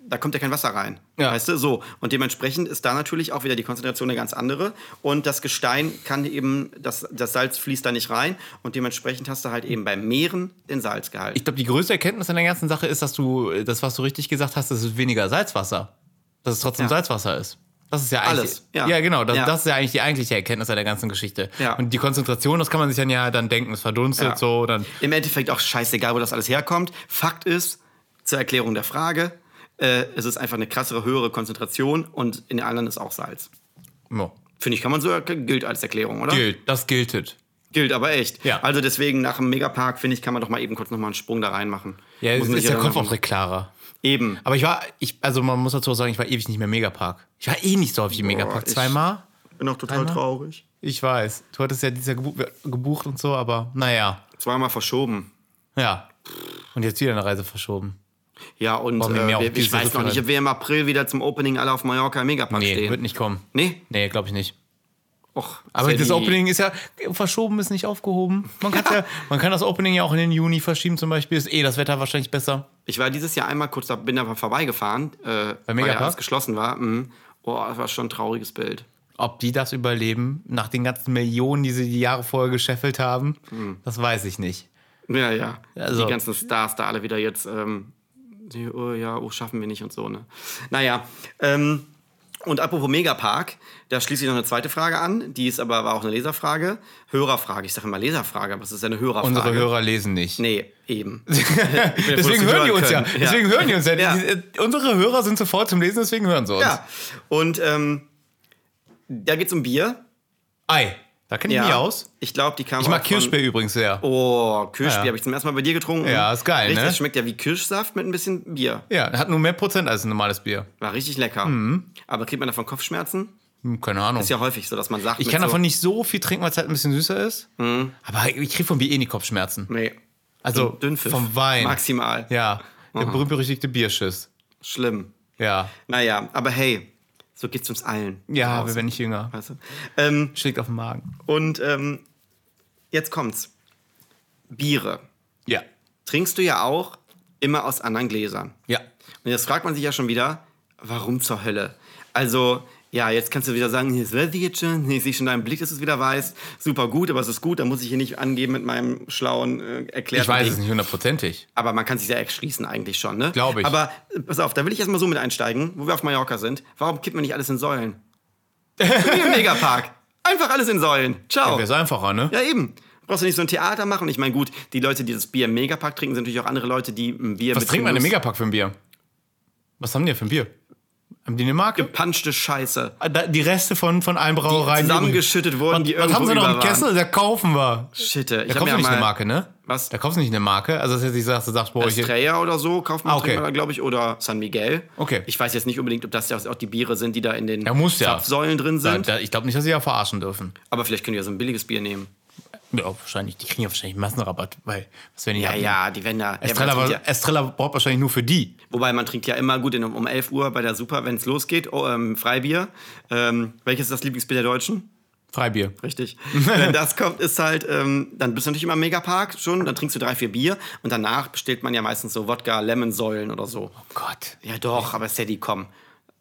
Speaker 2: da kommt ja kein Wasser rein.
Speaker 1: Ja.
Speaker 2: Weißt du? So. Und dementsprechend ist da natürlich auch wieder die Konzentration eine ganz andere. Und das Gestein kann eben, das, das Salz fließt da nicht rein. Und dementsprechend hast du halt eben beim Meeren den Salzgehalt.
Speaker 1: Ich glaube, die größte Erkenntnis an der ganzen Sache ist, dass du äh, das, was du richtig gesagt hast, das ist weniger Salzwasser. Dass es trotzdem
Speaker 2: Ja.
Speaker 1: Salzwasser ist. Das ist ja eigentlich,
Speaker 2: Alles, ja.
Speaker 1: ja genau. Das,
Speaker 2: Ja.
Speaker 1: das ist ja eigentlich die eigentliche Erkenntnis an der ganzen Geschichte.
Speaker 2: Ja.
Speaker 1: Und die Konzentration, das kann man sich dann ja dann denken. Es verdunstet
Speaker 2: Ja.
Speaker 1: so, dann
Speaker 2: Im Endeffekt auch scheißegal, wo das alles herkommt. Fakt ist, zur Erklärung der Frage, äh, es ist einfach eine krassere, höhere Konzentration und in den anderen ist auch Salz.
Speaker 1: ja,
Speaker 2: Finde ich, kann man so, gilt als Erklärung, oder?
Speaker 1: gilt. Das giltet.
Speaker 2: Gilt aber echt.
Speaker 1: Ja.
Speaker 2: Also deswegen nach dem Megapark, finde ich, kann man doch mal eben kurz nochmal einen Sprung da reinmachen.
Speaker 1: Ja,
Speaker 2: Muss
Speaker 1: es
Speaker 2: man
Speaker 1: ist
Speaker 2: sich
Speaker 1: der
Speaker 2: dann
Speaker 1: Kopf auch
Speaker 2: machen.
Speaker 1: direkt klarer.
Speaker 2: Eben.
Speaker 1: Aber ich war, ich, also man muss dazu auch sagen, ich war ewig nicht mehr im Megapark. Ich war eh nicht so häufig im Megapark.
Speaker 2: ich-
Speaker 1: Zweimal?
Speaker 2: Bin auch total
Speaker 1: Einmal?
Speaker 2: traurig.
Speaker 1: Ich weiß. Du hattest ja dieses Jahr gebu gebucht und so, aber naja.
Speaker 2: Zweimal verschoben.
Speaker 1: Ja. Und jetzt wieder eine Reise verschoben.
Speaker 2: Ja, und
Speaker 1: Boah, mir
Speaker 2: äh,
Speaker 1: mehr auch
Speaker 2: wir- ich
Speaker 1: diese
Speaker 2: weiß noch
Speaker 1: Rückfahrt.
Speaker 2: nicht, ob wir im April wieder zum Opening alle auf Mallorca im Megapark
Speaker 1: Nee,
Speaker 2: stehen.
Speaker 1: wird nicht kommen.
Speaker 2: Nee?
Speaker 1: Nee, glaube ich nicht.
Speaker 2: Och,
Speaker 1: Aber
Speaker 2: ist ja
Speaker 1: das
Speaker 2: die-
Speaker 1: Opening ist ja verschoben, ist nicht aufgehoben. Man, kann's ja, man kann das Opening ja auch in den Juni verschieben, zum Beispiel. Ist eh das Wetter wahrscheinlich besser.
Speaker 2: Ich war dieses Jahr einmal kurz, da bin da mal vorbeigefahren, äh, weil ja
Speaker 1: Megapark?
Speaker 2: alles geschlossen war. Mhm. Oh, das war schon ein trauriges Bild.
Speaker 1: Ob die das überleben, nach den ganzen Millionen, die sie die Jahre vorher gescheffelt haben, das weiß ich nicht.
Speaker 2: Ja, ja.
Speaker 1: Also-
Speaker 2: Die ganzen Stars da alle wieder jetzt, ähm, die, oh, ja, oh, schaffen wir nicht und so, ne? Naja, ähm, und apropos Megapark, da schließe ich noch eine zweite Frage an. Die ist aber war auch eine Leserfrage. Hörerfrage. Ich sage immer Leserfrage, aber es ist ja eine Hörerfrage.
Speaker 1: Unsere Hörer lesen nicht.
Speaker 2: Nee, eben.
Speaker 1: Deswegen hören die uns ja.
Speaker 2: können. Ja.
Speaker 1: Deswegen hören die uns ja.
Speaker 2: Ja.
Speaker 1: Die- Unsere Hörer sind sofort zum Lesen, deswegen hören sie uns.
Speaker 2: Ja. Und ähm, da geht's um Bier.
Speaker 1: Ei, da kenne ich mich aus.
Speaker 2: Ich glaube, die kam
Speaker 1: Ich mag
Speaker 2: auch von-
Speaker 1: Kirschbier übrigens sehr.
Speaker 2: Oh, Kirschbier
Speaker 1: Ja.
Speaker 2: habe ich zum ersten Mal bei dir getrunken.
Speaker 1: Ja, ist geil,
Speaker 2: richtig,
Speaker 1: ne?
Speaker 2: Das schmeckt ja wie Kirschsaft mit ein bisschen Bier.
Speaker 1: Ja, hat nur mehr Prozent als ein normales Bier.
Speaker 2: War richtig lecker.
Speaker 1: Mhm.
Speaker 2: Aber kriegt man davon Kopfschmerzen?
Speaker 1: Hm, Keine Ahnung.
Speaker 2: Ist ja häufig so, dass man sagt,
Speaker 1: ich
Speaker 2: mit
Speaker 1: kann
Speaker 2: so, Mhm.
Speaker 1: davon nicht so viel trinken, weil es halt ein bisschen süßer ist. Aber ich kriege vom Bier eh nie Kopfschmerzen.
Speaker 2: Nee,
Speaker 1: Also
Speaker 2: Dünnpfiff. Mhm.
Speaker 1: vom Wein.
Speaker 2: Maximal.
Speaker 1: Ja, der berühmt-berüchtigte Bierschiss.
Speaker 2: Schlimm.
Speaker 1: Ja,
Speaker 2: Naja, aber hey, so geht's uns allen.
Speaker 1: ja,
Speaker 2: Draußen,
Speaker 1: wir werden nicht jünger.
Speaker 2: Weißt du? ähm,
Speaker 1: Schlägt auf den Magen.
Speaker 2: und ähm, jetzt kommt's. Biere
Speaker 1: Ja,
Speaker 2: trinkst du ja auch immer aus anderen Gläsern.
Speaker 1: ja.
Speaker 2: Und jetzt fragt man sich ja schon wieder, warum zur Hölle? Also, ja, jetzt kannst du wieder sagen, hier ist weiß ich jetzt schon, ich sehe schon deinen Blick, dass es wieder weiß. Super gut, aber es ist gut, da muss ich hier nicht angeben mit meinem schlauen äh, Erklärten.
Speaker 1: Ich weiß
Speaker 2: Ding.
Speaker 1: es nicht hundertprozentig.
Speaker 2: Aber man kann sich ja erschließen eigentlich schon, ne?
Speaker 1: Glaube ich.
Speaker 2: Aber äh, pass auf, da will ich erstmal so mit einsteigen, wo wir auf Mallorca sind. Warum kippt man nicht alles
Speaker 1: (laughs)
Speaker 2: in Säulen? Wie im Megapark. Einfach alles in Säulen. Ciao.
Speaker 1: Wäre es einfacher, ne?
Speaker 2: Ja, eben. Brauchst du nicht so ein Theater machen? Ich meine, gut, die Leute, die das Bier im Megapark trinken, sind natürlich auch andere Leute, die ein Bier
Speaker 1: Was
Speaker 2: mit
Speaker 1: trinkt man im
Speaker 2: Genuss-
Speaker 1: Megapack für ein Bier? Was haben die denn für ein Bier? Haben die eine Marke?
Speaker 2: Gepanschte Scheiße.
Speaker 1: Ah, da- Die Reste von, von allen Brauereien.
Speaker 2: zusammengeschüttet wurden,
Speaker 1: was,
Speaker 2: die
Speaker 1: was
Speaker 2: irgendwo
Speaker 1: haben sie noch
Speaker 2: über
Speaker 1: im
Speaker 2: waren.
Speaker 1: Kessel? Da kaufen wir.
Speaker 2: Shit, ich
Speaker 1: Da
Speaker 2: hab
Speaker 1: kaufst
Speaker 2: mir
Speaker 1: du nicht
Speaker 2: mal
Speaker 1: eine Marke, ne?
Speaker 2: Was?
Speaker 1: Da kaufst du nicht eine Marke. Also, das heißt, ich sagst, du sagst, boah, ich.
Speaker 2: Estrella oder so kauft man,
Speaker 1: Ah, okay.
Speaker 2: trinkt man glaube ich, oder San Miguel.
Speaker 1: Okay.
Speaker 2: Ich weiß jetzt nicht unbedingt, ob das ja auch die Biere sind, die da in den
Speaker 1: Ja, muss ja.
Speaker 2: Zapfsäulen drin
Speaker 1: Da,
Speaker 2: sind.
Speaker 1: da, ich glaube nicht, dass sie ja verarschen dürfen.
Speaker 2: Aber vielleicht können die ja so ein billiges Bier nehmen.
Speaker 1: Ja, wahrscheinlich. Die kriegen ja wahrscheinlich Massenrabatt, weil. Was werden die
Speaker 2: Ja,
Speaker 1: haben?
Speaker 2: ja, die werden da.
Speaker 1: Estrella,
Speaker 2: ja, man
Speaker 1: war,
Speaker 2: trinkt ja,
Speaker 1: Estrella braucht wahrscheinlich nur für die.
Speaker 2: wobei man trinkt ja immer gut in, um 11 Uhr bei der Super, wenn es losgeht, oh, ähm, Freibier. Ähm, welches ist das Lieblingsbier der Deutschen?
Speaker 1: Freibier. (laughs)
Speaker 2: Richtig. Wenn das kommt, ist halt, ähm, dann bist du natürlich immer im Megapark schon, dann trinkst du drei, vier Bier und danach bestellt man ja meistens so Wodka, Lemonsäulen oder so.
Speaker 1: Gott.
Speaker 2: Ja, doch, aber Steady, komm.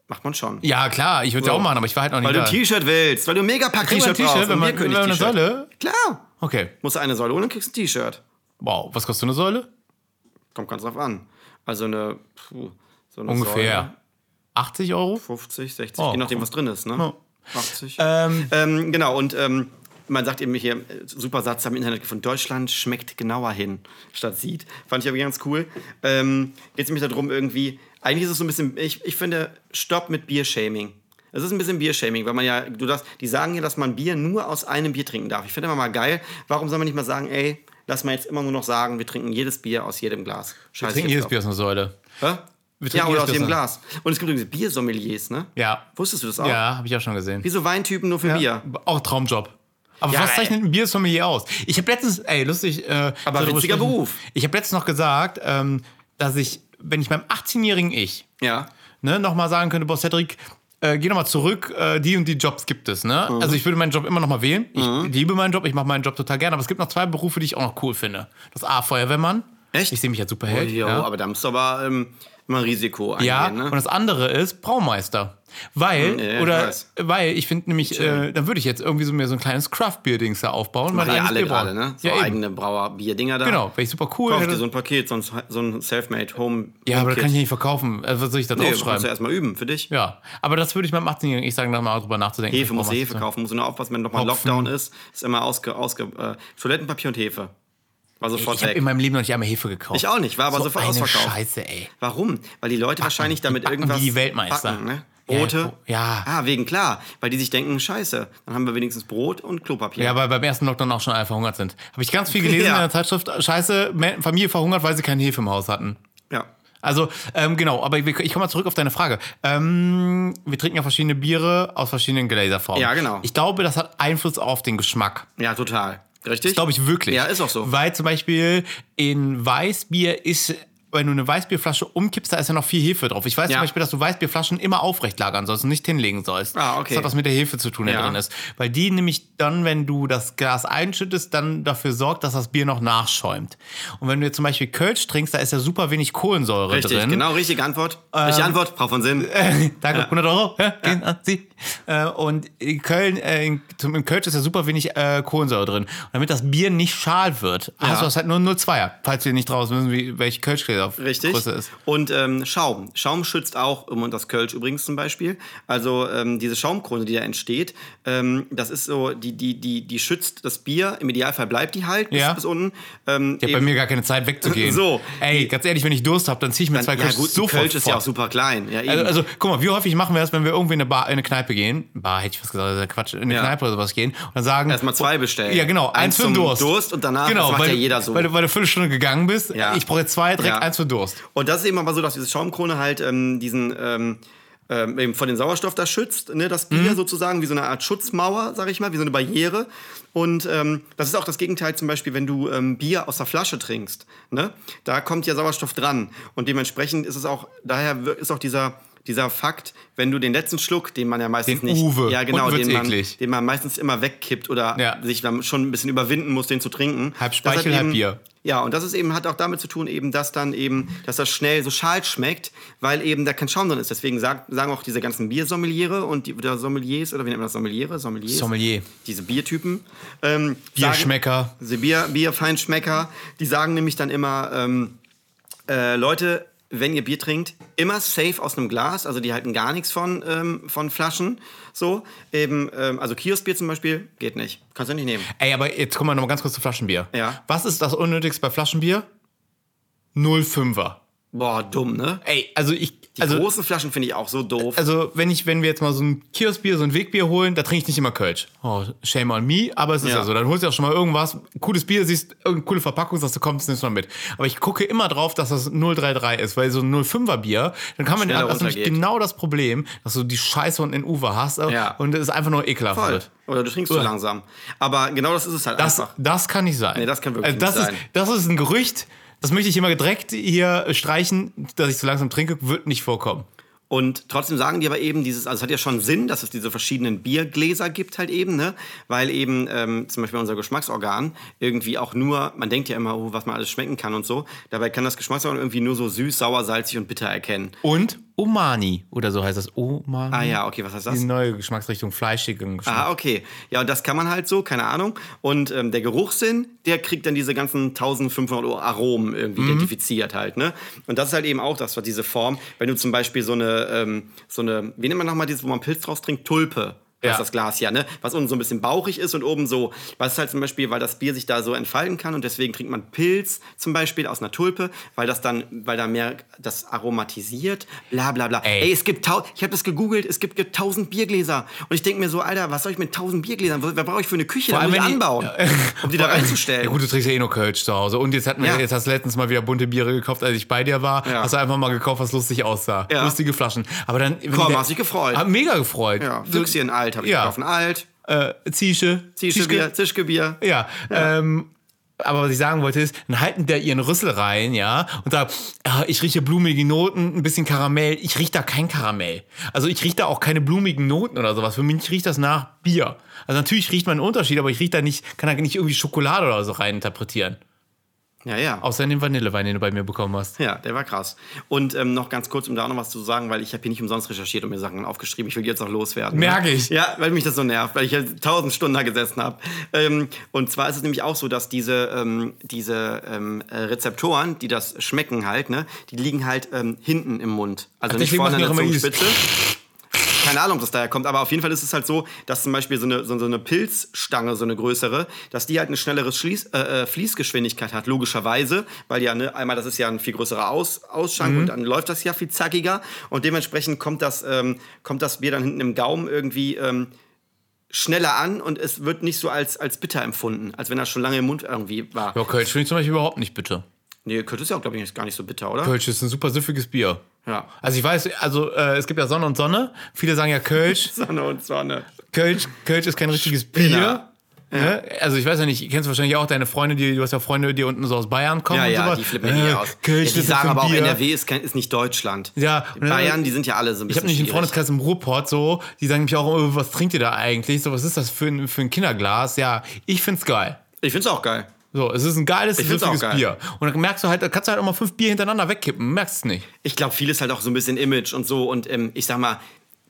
Speaker 2: Macht man schon.
Speaker 1: Ja, klar, ich würde es ja auch machen, aber ich war halt noch nicht
Speaker 2: Weil du
Speaker 1: da.
Speaker 2: ein T-Shirt willst, weil du ein
Speaker 1: Kriegt man
Speaker 2: Megapack-T-Shirt
Speaker 1: ein
Speaker 2: brauchst.
Speaker 1: wenn
Speaker 2: ein
Speaker 1: man, wenn man eine
Speaker 2: Bierkönig-T-Shirt.
Speaker 1: Säule.
Speaker 2: Klar.
Speaker 1: Okay.
Speaker 2: Musst du eine Säule holen und kriegst ein T-Shirt.
Speaker 1: Wow, was kostet so eine Säule?
Speaker 2: Kommt ganz drauf an. Also eine, puh, so eine Säule,
Speaker 1: Ungefähr 80 Euro?
Speaker 2: 50, 60,
Speaker 1: Oh,
Speaker 2: je nachdem, was drin ist. Ne? 80.
Speaker 1: Ähm,
Speaker 2: Ähm, genau, und ähm, man sagt eben hier, äh, super Satz am Internet gefunden, Deutschland schmeckt genauer hin, statt sieht. Fand ich aber ganz cool. Ähm, geht es nämlich darum, irgendwie, eigentlich ist es so ein bisschen, ich, ich finde, stopp mit Biershaming. Es ist ein bisschen Biershaming, weil man ja, du darfst, die sagen ja, dass man Bier nur aus einem Bier trinken darf. Ich finde immer mal geil, warum soll man nicht mal sagen, ey, lass mal jetzt immer nur noch sagen, wir trinken jedes Bier aus jedem Glas. Scheiß
Speaker 1: wir trinken jedes Bier aus einer Säule.
Speaker 2: Hä?
Speaker 1: Wir
Speaker 2: Ja,
Speaker 1: trinken
Speaker 2: oder
Speaker 1: jedes
Speaker 2: aus
Speaker 1: Bier
Speaker 2: jedem
Speaker 1: aus-
Speaker 2: Glas. Und es gibt übrigens Biersommeliers, ne?
Speaker 1: Ja.
Speaker 2: Wusstest du das auch?
Speaker 1: Ja, habe ich auch schon gesehen.
Speaker 2: Wie so Weintypen nur für Bier.
Speaker 1: Auch Traumjob. Aber
Speaker 2: Ja,
Speaker 1: was
Speaker 2: ey.
Speaker 1: zeichnet ein Biersommelier aus? Ich habe letztens, ey, lustig. Äh,
Speaker 2: Aber
Speaker 1: darüber
Speaker 2: witziger
Speaker 1: sprechen.
Speaker 2: Beruf.
Speaker 1: Ich habe letztens noch gesagt, ähm, dass ich, wenn ich meinem 18-jährigen Ich
Speaker 2: Ja.
Speaker 1: ne, nochmal sagen könnte, Boss Cedric, äh, geh nochmal zurück, äh, die und die Jobs gibt es. Ne?
Speaker 2: Mhm.
Speaker 1: Also ich würde meinen Job immer nochmal wählen. Ich liebe meinen Job, ich mache meinen Job total gerne, aber es gibt noch zwei Berufe, die ich auch noch cool finde. Das A, Feuerwehrmann.
Speaker 2: Echt?
Speaker 1: Ich sehe mich als Superheld.
Speaker 2: Jo,
Speaker 1: ja.
Speaker 2: aber da musst du aber, ähm, immer Risiko eingehen.
Speaker 1: Ja,
Speaker 2: ne? Mhm,
Speaker 1: und das andere ist Braumeister. Weil,
Speaker 2: Ja, ja,
Speaker 1: oder,
Speaker 2: weiß.
Speaker 1: weil ich finde nämlich, äh, dann würde ich jetzt irgendwie so mir so ein kleines Craft-Beer-Dings da aufbauen. mein
Speaker 2: Machen ja
Speaker 1: eigenes
Speaker 2: alle
Speaker 1: Bier brauen.
Speaker 2: gerade, ne? So
Speaker 1: Ja, eben.
Speaker 2: eigene Brauerbier-Dinger da.
Speaker 1: Genau, wäre ich super cool.
Speaker 2: Kauf
Speaker 1: hätte-
Speaker 2: dir so ein Paket, so ein, so ein Selfmade Home.
Speaker 1: ja, aber das
Speaker 2: Home-Kit.
Speaker 1: kann ich ja nicht verkaufen. Also, was soll ich da
Speaker 2: Nee,
Speaker 1: draufschreiben?
Speaker 2: das kannst du erstmal üben für dich.
Speaker 1: Ja, aber das würde ich meinem 18-Jährigen ich sagen, nochmal drüber nachzudenken.
Speaker 2: Hefe muss
Speaker 1: Warum
Speaker 2: Hefe
Speaker 1: hast du-
Speaker 2: kaufen, muss nur aufpassen, wenn nochmal
Speaker 1: Hopfen.
Speaker 2: Lockdown ist, ist immer ausge, ausge äh, Toilettenpapier und Hefe. War sofort
Speaker 1: Ich habe
Speaker 2: weg.
Speaker 1: in meinem Leben noch nicht einmal Hefe gekauft.
Speaker 2: Ich auch nicht, war aber
Speaker 1: so
Speaker 2: sofort
Speaker 1: eine
Speaker 2: ausverkauft.
Speaker 1: Scheiße, ey.
Speaker 2: Warum? Weil die Leute wahrscheinlich damit
Speaker 1: die backen
Speaker 2: irgendwas
Speaker 1: wie die Weltmeister.
Speaker 2: backen, ne?
Speaker 1: Ja,
Speaker 2: Brote?
Speaker 1: ja.
Speaker 2: Ah, wegen klar, weil die sich denken, Scheiße, dann haben wir wenigstens Brot und Klopapier.
Speaker 1: Ja, weil beim ersten Lockdown auch schon alle verhungert sind. Habe ich ganz
Speaker 2: (laughs)
Speaker 1: viel gelesen
Speaker 2: Ja.
Speaker 1: in der Zeitschrift. äh, Scheiße, Me- Familie verhungert, weil sie keine Hefe im Haus hatten.
Speaker 2: ja.
Speaker 1: Also, ähm, genau, aber wir- ich komme mal zurück auf deine Frage. Ähm, wir trinken ja verschiedene Biere aus verschiedenen Gläserformen.
Speaker 2: Ja, genau.
Speaker 1: Ich glaube, das hat Einfluss auf den Geschmack.
Speaker 2: Ja, total. Richtig?
Speaker 1: Das glaube ich wirklich.
Speaker 2: Ja, ist auch so.
Speaker 1: Weil zum Beispiel in Weißbier ist, wenn du eine Weißbierflasche umkippst, da ist ja noch viel Hefe drauf. Ich weiß
Speaker 2: Ja.
Speaker 1: zum Beispiel, dass du Weißbierflaschen immer aufrecht lagern sollst und nicht hinlegen sollst.
Speaker 2: Ah, okay.
Speaker 1: Das hat was mit der Hefe zu tun, der
Speaker 2: Ja.
Speaker 1: drin ist. Weil die nämlich dann, wenn du das Glas einschüttest, dann dafür sorgt, dass das Bier noch nachschäumt. Und wenn du jetzt zum Beispiel Kölsch trinkst, da ist ja super wenig Kohlensäure
Speaker 2: Richtig,
Speaker 1: drin. Ähm, Äh,
Speaker 2: genau, richtige Antwort. richtige Antwort, Frau
Speaker 1: (laughs)
Speaker 2: von Sinn.
Speaker 1: Danke, 100 Euro. Ja, Gehen an Sie. Äh, und in Köln, äh, in, zum, in Kölsch ist ja super wenig äh, Kohlensäure drin. Und damit das Bier nicht schal wird, hast du das halt nur 0,2er. Falls wir nicht draus wissen, wie, welche Kölschgläser auf
Speaker 2: Richtig.
Speaker 1: Größe ist.
Speaker 2: Und ähm, Schaum. Schaum schützt auch, um und das Kölsch übrigens zum Beispiel. Also ähm, diese Schaumkrone, die da entsteht, ähm, das ist so, die, die, die, die schützt das Bier. Im Idealfall bleibt die halt bis,
Speaker 1: Ja.
Speaker 2: bis unten. Ähm,
Speaker 1: Ich habe bei mir gar keine Zeit wegzugehen.
Speaker 2: (laughs) So.
Speaker 1: Ey, ganz ehrlich, wenn ich Durst habe, dann ziehe ich mir zwei
Speaker 2: ja,
Speaker 1: Kölsch
Speaker 2: gut, ein
Speaker 1: sofort
Speaker 2: Kölsch ist ja auch
Speaker 1: fort.
Speaker 2: super klein. Ja, eben.
Speaker 1: Also, also, guck mal, wie häufig machen wir das, wenn wir irgendwie in eine, Bar, in eine Kneipe gehen? Bar hätte ich was gesagt, das ist ja Quatsch, in eine
Speaker 2: Ja.
Speaker 1: Kneipe oder sowas gehen und dann sagen.
Speaker 2: Erstmal zwei bestellen.
Speaker 1: Ja, genau, eins, für den
Speaker 2: zum
Speaker 1: Durst. Genau,
Speaker 2: und danach, das macht
Speaker 1: weil,
Speaker 2: ja
Speaker 1: du-
Speaker 2: jeder so.
Speaker 1: Weil du, weil du Viertelstunde gegangen bist,
Speaker 2: Ja.
Speaker 1: ich brauche jetzt zwei, direkt
Speaker 2: Ja.
Speaker 1: eins für den Durst.
Speaker 2: Und das ist eben aber so, dass diese Schaumkrone halt ähm, diesen ähm, ähm, eben von dem Sauerstoff da schützt, ne, das
Speaker 1: Mhm.
Speaker 2: Bier sozusagen, wie so eine Art Schutzmauer, sag ich mal, wie so eine Barriere. Und ähm, das ist auch das Gegenteil zum Beispiel, wenn du ähm, Bier aus der Flasche trinkst. Ne? Da kommt ja Sauerstoff dran. Und dementsprechend ist es auch, daher wir- ist auch dieser, dieser Fakt, wenn du den letzten Schluck, den man ja meistens
Speaker 1: Den
Speaker 2: nicht,
Speaker 1: Uwe.
Speaker 2: ja genau,
Speaker 1: Unten wird's
Speaker 2: den man,
Speaker 1: eklig.
Speaker 2: den man meistens immer wegkippt oder
Speaker 1: Ja.
Speaker 2: sich dann schon ein bisschen überwinden muss, den zu trinken.
Speaker 1: Halb
Speaker 2: Das
Speaker 1: Speichel,
Speaker 2: hat eben,
Speaker 1: halb Bier.
Speaker 2: ja, und das ist eben, hat auch damit zu tun, eben, dass dann eben, dass das schnell so schal schmeckt, weil eben da kein Schaum drin ist. Deswegen sagt, sagen auch diese ganzen Biersommeliere und die oder Sommeliers, oder wie nennt man das Sommeliere? Sommeliers?
Speaker 1: Sommelier.
Speaker 2: Diese Biertypen. Ähm,
Speaker 1: Bierschmecker.
Speaker 2: Sagen, diese Bier, Bierfeinschmecker, die sagen nämlich dann immer, ähm, äh, Leute, wenn ihr Bier trinkt, immer safe aus einem Glas. Also die halten gar nichts von, ähm, von Flaschen. So, eben, ähm, also Kioskbier zum Beispiel, geht nicht. Kannst du nicht nehmen.
Speaker 1: Ey, aber jetzt kommen wir nochmal ganz kurz zu Flaschenbier.
Speaker 2: Ja.
Speaker 1: Was ist das Unnötigste bei Flaschenbier? 0,5er.
Speaker 2: Boah, dumm, ne?
Speaker 1: Ey, also ich.
Speaker 2: Die
Speaker 1: Also,
Speaker 2: großen Flaschen finde ich auch so doof.
Speaker 1: also wenn, ich, wenn wir jetzt mal so ein Kioskbier, so ein Wegbier holen, da trinke ich nicht immer Kölsch. Oh, shame on me, aber es ist ja.
Speaker 2: Ja.
Speaker 1: so. Dann holst du ja schon mal irgendwas, cooles Bier, siehst irgendeine coole Verpackung, sagst du, kommst, nimmst mal mit. Aber ich gucke immer drauf, dass das 0,33 ist, weil so ein 0,5er Bier, dann kann man
Speaker 2: Schneller
Speaker 1: das ist nämlich
Speaker 2: runtergeht.
Speaker 1: genau das Problem, dass du die Scheiße und in Uwe hast äh,
Speaker 2: Ja.
Speaker 1: und es einfach nur ekelhaft
Speaker 2: Voll.
Speaker 1: wird.
Speaker 2: Halt. Oder du trinkst zu
Speaker 1: Halt. Uah.
Speaker 2: langsam. Aber genau das ist es halt
Speaker 1: Das,
Speaker 2: einfach.
Speaker 1: das kann nicht sein.
Speaker 2: Nee, das kann wirklich
Speaker 1: also das
Speaker 2: nicht
Speaker 1: Ist,
Speaker 2: sein.
Speaker 1: das ist ein Gerücht, das möchte ich immer direkt hier äh, streichen, dass ich zu langsam trinke, wird nicht vorkommen.
Speaker 2: Und trotzdem sagen die aber eben dieses, also es hat ja schon Sinn, dass es diese verschiedenen Biergläser gibt halt eben, ne? Weil eben ähm, zum Beispiel unser Geschmacksorgan irgendwie auch nur, man denkt ja immer, oh, was man alles schmecken kann und so. Dabei kann das Geschmacksorgan irgendwie nur so süß, sauer, salzig und bitter erkennen.
Speaker 1: Und Omani, oder so heißt das. Omani.
Speaker 2: Ah ja, okay, was heißt das?
Speaker 1: Die neue Geschmacksrichtung, fleischigen Geschmack.
Speaker 2: Ah, okay. Ja, und das kann man halt so, keine Ahnung. Und ähm, der Geruchssinn, der kriegt dann diese ganzen 1500 Euro Aromen irgendwie identifiziert halt, ne? Und das ist halt eben auch das, was diese Form, wenn du zum Beispiel so eine, ähm, so eine, wie nennt man nochmal dieses, wo man Pilz draus trinkt? Tulpe.
Speaker 1: Ja.
Speaker 2: Ja. das Glas ja, ne? Was unten so ein bisschen bauchig ist und oben so, was halt zum Beispiel, weil das Bier sich da so entfalten kann und deswegen trinkt man Pilz zum Beispiel aus einer Tulpe, weil das dann, weil da mehr das aromatisiert, bla bla bla.
Speaker 1: Ey.
Speaker 2: Ey, es gibt tausend, ich habe das gegoogelt, es gibt, gibt tausend Biergläser. Und ich denke mir so, Alter, was soll ich mit tausend Biergläsern? Was brauche ich für eine Küche? Da muss ich
Speaker 1: wenn die-
Speaker 2: anbauen, um die da
Speaker 1: (laughs)
Speaker 2: reinzustellen.
Speaker 1: Ja gut, du trinkst ja eh nur Kölsch zu Hause. Und jetzt, hatten wir,
Speaker 2: Ja.
Speaker 1: jetzt hast du letztens mal wieder bunte Biere gekauft, als ich bei dir war.
Speaker 2: Ja.
Speaker 1: Hast du einfach mal gekauft, was lustig aussah.
Speaker 2: Ja.
Speaker 1: Lustige Flaschen. Aber dann...
Speaker 2: Komm,
Speaker 1: der-
Speaker 2: hast dich gefreut.
Speaker 1: Hab mega gefreut.
Speaker 2: ja, Füchschen alt, habe ich
Speaker 1: Ja.
Speaker 2: gekauft, ein alt.
Speaker 1: Äh, Zische.
Speaker 2: Zischgebier, Zischgebier.
Speaker 1: Ja, Ähm, aber was ich sagen wollte ist, dann halten da ihren Rüssel rein, ja, und da, ah, ich rieche blumige Noten, ein bisschen Karamell. Ich rieche da kein Karamell. Also ich rieche da auch keine blumigen Noten oder sowas. Für mich riecht das nach Bier. Also natürlich riecht man einen Unterschied, aber ich rieche da nicht, kann da nicht irgendwie Schokolade oder so rein interpretieren.
Speaker 2: Ja, ja.
Speaker 1: Außer in dem Vanillewein, den du bei mir bekommen hast.
Speaker 2: Ja, der war krass. Und ähm, noch ganz kurz, um da auch noch was zu sagen, weil ich habe hier nicht umsonst recherchiert und mir Sachen aufgeschrieben. Ich will die jetzt noch loswerden. ne?
Speaker 1: Merke ich.
Speaker 2: Ja, weil mich das so nervt, weil ich halt tausend Stunden da gesessen habe. Ähm, und zwar ist es nämlich auch so, dass diese, ähm, diese ähm, äh, Rezeptoren, die das schmecken halt, ne, die liegen halt ähm, hinten im Mund. Also
Speaker 1: Ach,
Speaker 2: nicht
Speaker 1: deswegen
Speaker 2: vorne an der
Speaker 1: machen die auch immer dieses-
Speaker 2: Zungenspitze. keine Ahnung, ob das daher kommt, aber auf jeden Fall ist es halt so, dass zum Beispiel so eine, so, so eine Pilzstange, so eine größere, dass die halt eine schnellere Schließ, äh, äh, Fließgeschwindigkeit hat, logischerweise, weil ja, ne, einmal das ist ja ein viel größerer Aus, Ausschank
Speaker 1: Mhm.
Speaker 2: und dann läuft das ja viel zackiger und dementsprechend kommt das, ähm, kommt das Bier dann hinten im Gaumen irgendwie ähm, schneller an und es wird nicht so als, als bitter empfunden, als wenn das schon lange im Mund irgendwie war.
Speaker 1: Ja, Kölsch finde ich zum Beispiel überhaupt nicht bitter.
Speaker 2: Nee, Kölsch ist ja auch, glaube ich, gar nicht so bitter, (laughs) oder?
Speaker 1: Kölsch ist ein super süffiges Bier.
Speaker 2: Ja.
Speaker 1: Also ich weiß, also äh, es gibt ja Sonne und Sonne. Viele sagen ja Kölsch.
Speaker 2: Sonne und Sonne.
Speaker 1: Kölsch, Kölsch ist kein richtiges Bier. Ne? Also ich weiß ja nicht, kennst wahrscheinlich auch deine Freunde, die, du hast ja Freunde, die unten so aus Bayern kommen
Speaker 2: Ja,
Speaker 1: und
Speaker 2: ja,
Speaker 1: sowas.
Speaker 2: die flippen ja
Speaker 1: Äh,
Speaker 2: hier aus.
Speaker 1: Kölsch
Speaker 2: ja, die
Speaker 1: ist
Speaker 2: sagen
Speaker 1: ein
Speaker 2: aber auch,
Speaker 1: Bier.
Speaker 2: NRW ist, kein, ist nicht Deutschland.
Speaker 1: Ja,
Speaker 2: Die
Speaker 1: und dann-
Speaker 2: Bayern, die sind ja alle so ein
Speaker 1: Ich
Speaker 2: bisschen
Speaker 1: habe nicht einen
Speaker 2: schwierig.
Speaker 1: Freundeskreis im Ruhrpott so, die sagen mich auch, immer, was trinkt ihr da eigentlich? So, was ist das für ein, für ein Kinderglas? Ja, ich find's geil.
Speaker 2: Ich find's auch geil.
Speaker 1: So, es ist ein geiles,
Speaker 2: find's auch
Speaker 1: süffiges
Speaker 2: geil.
Speaker 1: Bier. Und dann merkst du halt, da kannst du halt auch mal fünf Bier hintereinander wegkippen, merkst es nicht.
Speaker 2: Ich glaube, vieles halt auch so ein bisschen Image und so. Und ähm, ich sag mal,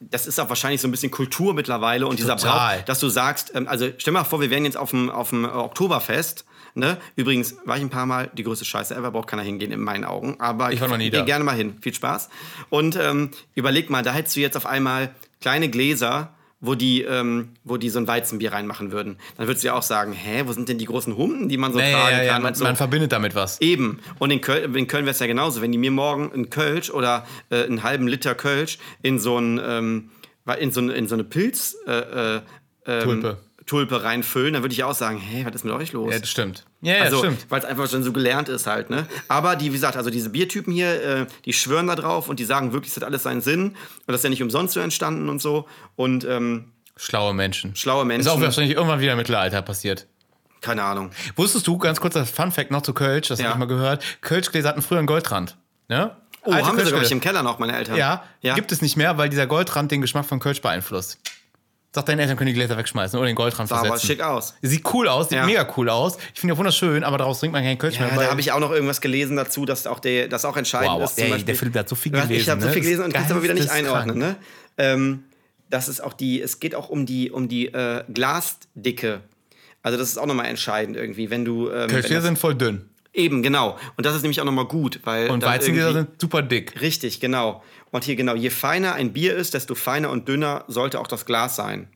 Speaker 2: das ist auch wahrscheinlich so ein bisschen Kultur mittlerweile und dieser
Speaker 1: Total.
Speaker 2: Brauch, dass du sagst, ähm, also stell mal vor, wir wären jetzt auf dem, auf dem äh, Oktoberfest. Ne? Übrigens, war ich ein paar Mal die größte Scheiße ever, braucht keiner hingehen in meinen Augen. Aber ich
Speaker 1: war noch nie
Speaker 2: geh
Speaker 1: da.
Speaker 2: gerne mal hin. Viel Spaß. Und ähm, überleg mal, da hättest du jetzt auf einmal kleine Gläser, wo die, ähm, wo die so ein Weizenbier reinmachen würden. Dann würdest du ja auch sagen, hä, wo sind denn die großen Humpen, die man so
Speaker 1: Ja,
Speaker 2: tragen
Speaker 1: ja, ja,
Speaker 2: kann?
Speaker 1: man,
Speaker 2: und so.
Speaker 1: man verbindet damit was.
Speaker 2: Eben. Und in Köln, in Köln wäre es ja genauso. Wenn die mir morgen einen Kölsch oder äh, einen halben Liter Kölsch in so, ein, ähm, in so, ein, in so eine Pilz. Äh, äh, ähm,
Speaker 1: Tulpe.
Speaker 2: Tulpe reinfüllen, dann würde ich ja auch sagen, hey, was ist mit euch los?
Speaker 1: Ja, das stimmt. Ja, ja,
Speaker 2: also,
Speaker 1: stimmt.
Speaker 2: Weil es einfach schon so gelernt ist halt, ne? Aber die, wie gesagt, also diese Biertypen hier, äh, die schwören da drauf und die sagen wirklich, es hat alles seinen Sinn und das ist ja nicht umsonst so entstanden und so. Und ähm,
Speaker 1: Schlaue Menschen.
Speaker 2: schlaue
Speaker 1: Ist auch
Speaker 2: Menschen,
Speaker 1: wahrscheinlich irgendwann wieder im Mittelalter passiert.
Speaker 2: keine Ahnung.
Speaker 1: Wusstest du, ganz kurz das Fun-Fact noch zu Kölsch, das
Speaker 2: Ja.
Speaker 1: habe ich mal gehört, Kölschgläser hatten früher einen Goldrand. Ne?
Speaker 2: Oh, haben wir sogar
Speaker 1: Kölschgläser.
Speaker 2: ich im Keller noch, meine Eltern.
Speaker 1: ja, gibt es nicht mehr, weil dieser Goldrand den Geschmack von Kölsch beeinflusst. Sag deinen Eltern, können die Gläser wegschmeißen oder den Goldrand
Speaker 2: Sah aber
Speaker 1: versetzen.
Speaker 2: schick aus.
Speaker 1: Sieht cool aus, sieht
Speaker 2: Ja.
Speaker 1: mega cool aus. Ich finde ja wunderschön, aber daraus trinkt man keinen Kölsch mehr.
Speaker 2: Ja, da habe ich auch noch irgendwas gelesen dazu, dass auch, der, dass auch entscheidend
Speaker 1: Wow,
Speaker 2: ist.
Speaker 1: ey, der Philipp hat so viel
Speaker 2: Ich
Speaker 1: gelesen,
Speaker 2: habe so
Speaker 1: ne?
Speaker 2: viel gelesen und
Speaker 1: Das
Speaker 2: kann es aber wieder nicht
Speaker 1: geisteskrank.
Speaker 2: einordnen. Ne? Ähm, das ist auch die, es geht auch um die, um die äh, Glasdicke. Also das ist auch nochmal entscheidend irgendwie, wenn du ähm, wenn
Speaker 1: Kölschgläser
Speaker 2: das,
Speaker 1: sind voll dünn.
Speaker 2: eben genau. Und das ist nämlich auch nochmal gut, weil
Speaker 1: Und
Speaker 2: dann
Speaker 1: Weizengläser
Speaker 2: irgendwie-
Speaker 1: sind super dick.
Speaker 2: richtig genau. Und hier genau, je feiner ein Bier ist, desto feiner und dünner sollte auch das Glas sein.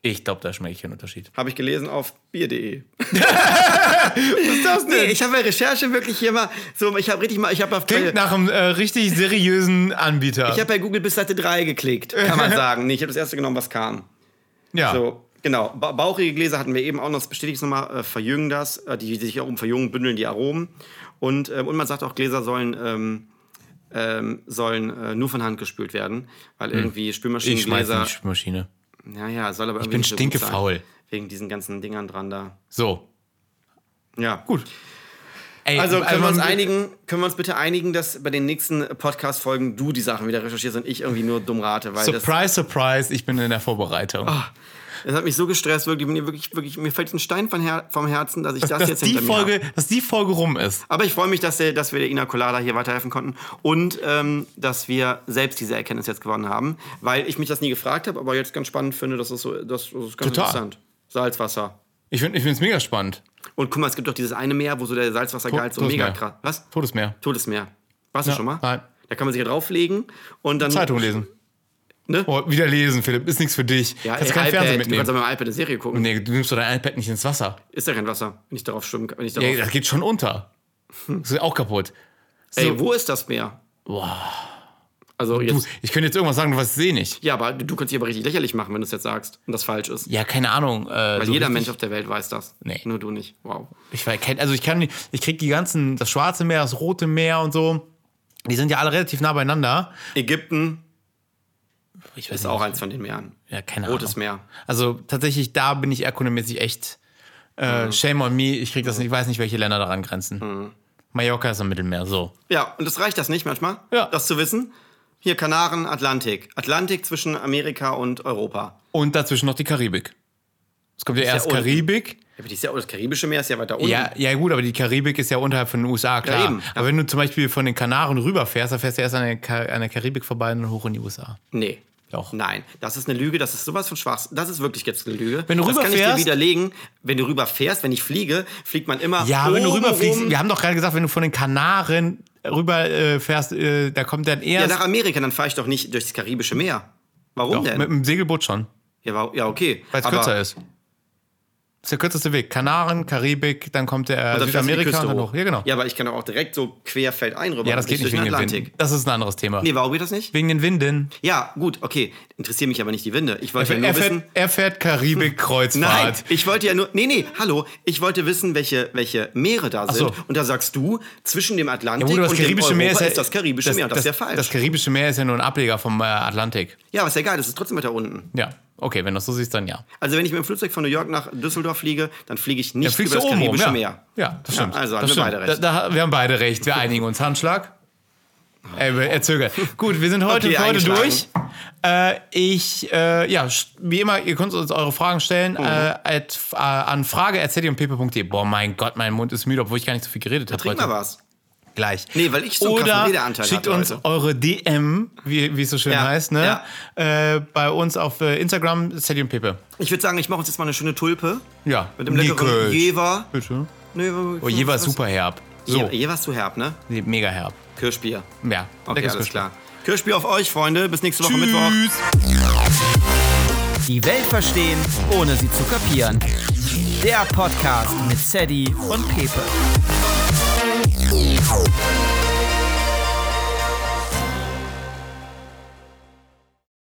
Speaker 1: Ich glaube, da schmecke ich einen Unterschied.
Speaker 2: Habe ich gelesen auf
Speaker 1: (laughs)
Speaker 2: bier.de. Was ist das denn? Nee, ich habe bei Recherche wirklich hier mal so, ich habe richtig mal, ich habe auf
Speaker 1: Klingt nach einem äh, richtig seriösen Anbieter.
Speaker 2: Ich habe bei Google bis Seite 3 geklickt,
Speaker 1: (laughs)
Speaker 2: kann man sagen. Nee, ich habe das erste genommen, was kam.
Speaker 1: ja.
Speaker 2: So, genau. Ba bauchige Gläser hatten wir eben auch noch, das bestätige ich nochmal, äh, verjüngen das. Äh, die, die sich auch um verjüngen, bündeln die Aromen. Und, ähm, und man sagt auch, Gläser sollen, ähm, ähm, sollen äh, nur von Hand gespült werden, weil
Speaker 1: Hm.
Speaker 2: irgendwie
Speaker 1: ich schmeiße in
Speaker 2: Spülmaschinengläser.
Speaker 1: die Spülmaschine.
Speaker 2: Ja, ja, soll aber irgendwie. Ich
Speaker 1: bin
Speaker 2: nicht so gut sein.
Speaker 1: stinkefaul.
Speaker 2: Wegen diesen ganzen Dingern dran da.
Speaker 1: So.
Speaker 2: Ja.
Speaker 1: Gut. Ey,
Speaker 2: Also können wir uns
Speaker 1: man-
Speaker 2: einigen, können wir uns bitte einigen, dass bei den nächsten Podcast-Folgen du die Sachen wieder recherchierst und ich irgendwie nur dumm rate, weil das Ah,
Speaker 1: Surprise, surprise, ich bin in der Vorbereitung.
Speaker 2: Es hat mich so gestresst, wirklich, mir, wirklich, wirklich, mir fällt ein Stein von Her vom
Speaker 1: (laughs)
Speaker 2: Herzen, dass ich das,
Speaker 1: dass,
Speaker 2: jetzt
Speaker 1: die
Speaker 2: hinter mir
Speaker 1: Folge,
Speaker 2: habe.
Speaker 1: dass die Folge rum ist.
Speaker 2: Aber ich freue mich, dass, der, dass wir der Ina Colada hier weiterhelfen konnten und ähm, dass wir selbst diese Erkenntnis jetzt gewonnen haben, weil ich mich das nie gefragt habe, aber jetzt ganz spannend finde, das ist, so, das, das ist ganz
Speaker 1: Total.
Speaker 2: interessant. Salzwasser.
Speaker 1: Ich finde es mega spannend.
Speaker 2: Und guck mal, es gibt doch dieses eine Meer, wo so der Salzwassergehalt so
Speaker 1: Todesmeer.
Speaker 2: mega krass. Was?
Speaker 1: Todesmeer.
Speaker 2: Todesmeer. Warst du schon mal?
Speaker 1: nein.
Speaker 2: Da kann man sich ja drauflegen und dann.
Speaker 1: Zeitung lesen.
Speaker 2: Ne?
Speaker 1: Oh, wieder lesen, Philipp. Ist nichts für dich.
Speaker 2: Ja,
Speaker 1: kannst
Speaker 2: ey,
Speaker 1: kein
Speaker 2: iPad.
Speaker 1: Fernsehen
Speaker 2: Du kannst
Speaker 1: mitnehmen.
Speaker 2: aber im iPad eine Serie gucken.
Speaker 1: Nee, du nimmst doch dein iPad nicht ins Wasser.
Speaker 2: Ist ja kein Wasser, wenn ich darauf schwimmen kann. Wenn ich darauf
Speaker 1: Ey, das geht schon unter.
Speaker 2: Hm.
Speaker 1: Das ist auch kaputt.
Speaker 2: Ey, wo ist das Meer? Also
Speaker 1: Du,
Speaker 2: jetzt.
Speaker 1: ich könnte jetzt irgendwas sagen, du weißt es eh nicht.
Speaker 2: Ja, aber du kannst dich aber richtig lächerlich machen, wenn du es jetzt sagst und das falsch ist.
Speaker 1: Ja, keine Ahnung. Äh,
Speaker 2: Weil jeder Mensch auf der Welt weiß das.
Speaker 1: Nee.
Speaker 2: Nur du nicht. Wow.
Speaker 1: Ich weiß, kein- also ich kann, ich krieg die ganzen, das Schwarze Meer, das Rote Meer und so. Die sind ja alle relativ nah beieinander.
Speaker 2: Ägypten
Speaker 1: Ich weiß
Speaker 2: ist auch eins von den Meeren.
Speaker 1: Ja, keine Ahnung.
Speaker 2: Rotes Meer.
Speaker 1: Also tatsächlich, da bin ich erkundemäßig echt.
Speaker 2: Mhm.
Speaker 1: Äh, Shame on me, ich krieg das nicht, ich weiß nicht, welche Länder daran grenzen. Mallorca ist am Mittelmeer, so.
Speaker 2: Ja, und das reicht das nicht manchmal,
Speaker 1: Ja.
Speaker 2: das zu wissen. Hier Kanaren, Atlantik. Atlantik zwischen Amerika und Europa.
Speaker 1: Und dazwischen noch die Karibik. Es kommt ja erst
Speaker 2: unten.
Speaker 1: Karibik,
Speaker 2: aber die ist ja, das Karibische Meer ist ja weiter unten.
Speaker 1: Ja, ja gut, aber die Karibik ist ja unterhalb von den USA, klar.
Speaker 2: eben.
Speaker 1: Aber wenn du zum Beispiel von den Kanaren rüberfährst, dann fährst du erst an der, Ka an der Karibik vorbei und dann hoch in die USA.
Speaker 2: Nee.
Speaker 1: Doch.
Speaker 2: Nein, das ist eine Lüge, das ist sowas von schwach. Das ist wirklich jetzt eine Lüge.
Speaker 1: Wenn du
Speaker 2: das kann ich dir
Speaker 1: rüberfährst-
Speaker 2: widerlegen. Wenn du rüberfährst, wenn ich fliege, fliegt man immer.
Speaker 1: Ja, wenn du
Speaker 2: oben
Speaker 1: rüberfliegst,
Speaker 2: rum.
Speaker 1: wir haben doch gerade gesagt, wenn du von den Kanaren rüberfährst, äh, fährst, äh, da kommt dann
Speaker 2: Ja,
Speaker 1: erst
Speaker 2: nach Amerika, dann fahre ich doch nicht durchs Karibische Meer. Warum
Speaker 1: doch,
Speaker 2: denn?
Speaker 1: mit dem Segelboot schon,
Speaker 2: ja, wa- ja, okay.
Speaker 1: weil es
Speaker 2: Aber-
Speaker 1: kürzer ist. Das ist der kürzeste Weg. Kanaren, Karibik, dann kommt der äh,
Speaker 2: Dann fährst du Also die
Speaker 1: Südamerika
Speaker 2: Küste
Speaker 1: und dann
Speaker 2: hoch.
Speaker 1: hoch. Ja, genau.
Speaker 2: Ja, aber ich kann doch auch direkt so querfeld einrüber.
Speaker 1: Ja, das geht nicht
Speaker 2: durch
Speaker 1: wegen
Speaker 2: den
Speaker 1: den
Speaker 2: Atlantik.
Speaker 1: Winden. Das ist ein anderes Thema.
Speaker 2: Nee, warum geht das nicht?
Speaker 1: Wegen den Winden.
Speaker 2: Ja, gut, okay. Interessieren mich aber nicht die Winde. Ich wollte ja
Speaker 1: Er,
Speaker 2: nur wissen.
Speaker 1: fährt, er fährt
Speaker 2: (laughs) Nein,
Speaker 1: Karibik-Kreuzfahrt.
Speaker 2: ich wollte ja nur. Nee, nee, hallo. Ich wollte wissen, welche, welche Meere da sind.
Speaker 1: so.
Speaker 2: Und da sagst du, zwischen dem Atlantik
Speaker 1: Bruder,
Speaker 2: und dem Europa ist, das Karibische Meer. Und das, ist ja falsch.
Speaker 1: Das Karibische Meer ist ja nur ein Ableger vom äh, Atlantik.
Speaker 2: ja, aber ist ja egal, das ist trotzdem weiter unten.
Speaker 1: Ja, okay, wenn du das so siehst, dann ja.
Speaker 2: Also, wenn ich mit dem Flugzeug von New York nach Düsseldorf fliege, dann fliege ich nicht über
Speaker 1: fliegst
Speaker 2: das
Speaker 1: du oben rum,
Speaker 2: Karibische
Speaker 1: ja.
Speaker 2: Meer.
Speaker 1: Ja, das stimmt.
Speaker 2: Ja, also
Speaker 1: das
Speaker 2: haben wir
Speaker 1: stimmt.
Speaker 2: beide recht.
Speaker 1: Da, da, wir haben beide recht. Wir einigen uns. Handschlag. Er, er zögert. Gut, wir sind heute,
Speaker 2: Oh. Okay,
Speaker 1: heute
Speaker 2: eingeschlagen.
Speaker 1: durch. Äh, ich, äh, ja, sch- wie immer, ihr könnt uns eure Fragen stellen
Speaker 2: Mhm.
Speaker 1: äh, at, äh, an frage.cdmpp.de. Boah, mein Gott, mein Mund ist müde, obwohl ich gar nicht so viel geredet habe
Speaker 2: Trink
Speaker 1: heute.
Speaker 2: mal was.
Speaker 1: Gleich.
Speaker 2: Nee, weil ich so einen krassen
Speaker 1: Oder
Speaker 2: Redeanteil
Speaker 1: schickt
Speaker 2: hatte
Speaker 1: uns
Speaker 2: heute.
Speaker 1: eure DM, wie wie es so schön
Speaker 2: Ja,
Speaker 1: heißt, ne? Äh, bei uns auf äh, Instagram, Sadie und Pepe.
Speaker 2: Ich würde sagen, ich mache uns jetzt mal eine schöne Tulpe.
Speaker 1: Ja.
Speaker 2: Mit dem leckeren
Speaker 1: Nickels.
Speaker 2: Jever.
Speaker 1: Bitte.
Speaker 2: Nee,
Speaker 1: Oh, Jever ist super herb. So,
Speaker 2: So. Jever ist zu herb, ne?
Speaker 1: nee, mega herb.
Speaker 2: Kirschbier.
Speaker 1: Ja, leckeres
Speaker 2: Okay, alles
Speaker 1: Gespräch.
Speaker 2: klar. Kirschbier auf euch, Freunde. Bis nächste Woche Mittwoch.
Speaker 1: Tschüss.
Speaker 3: Die Welt verstehen, ohne sie zu kapieren. Der Podcast mit Sadie und Pepe.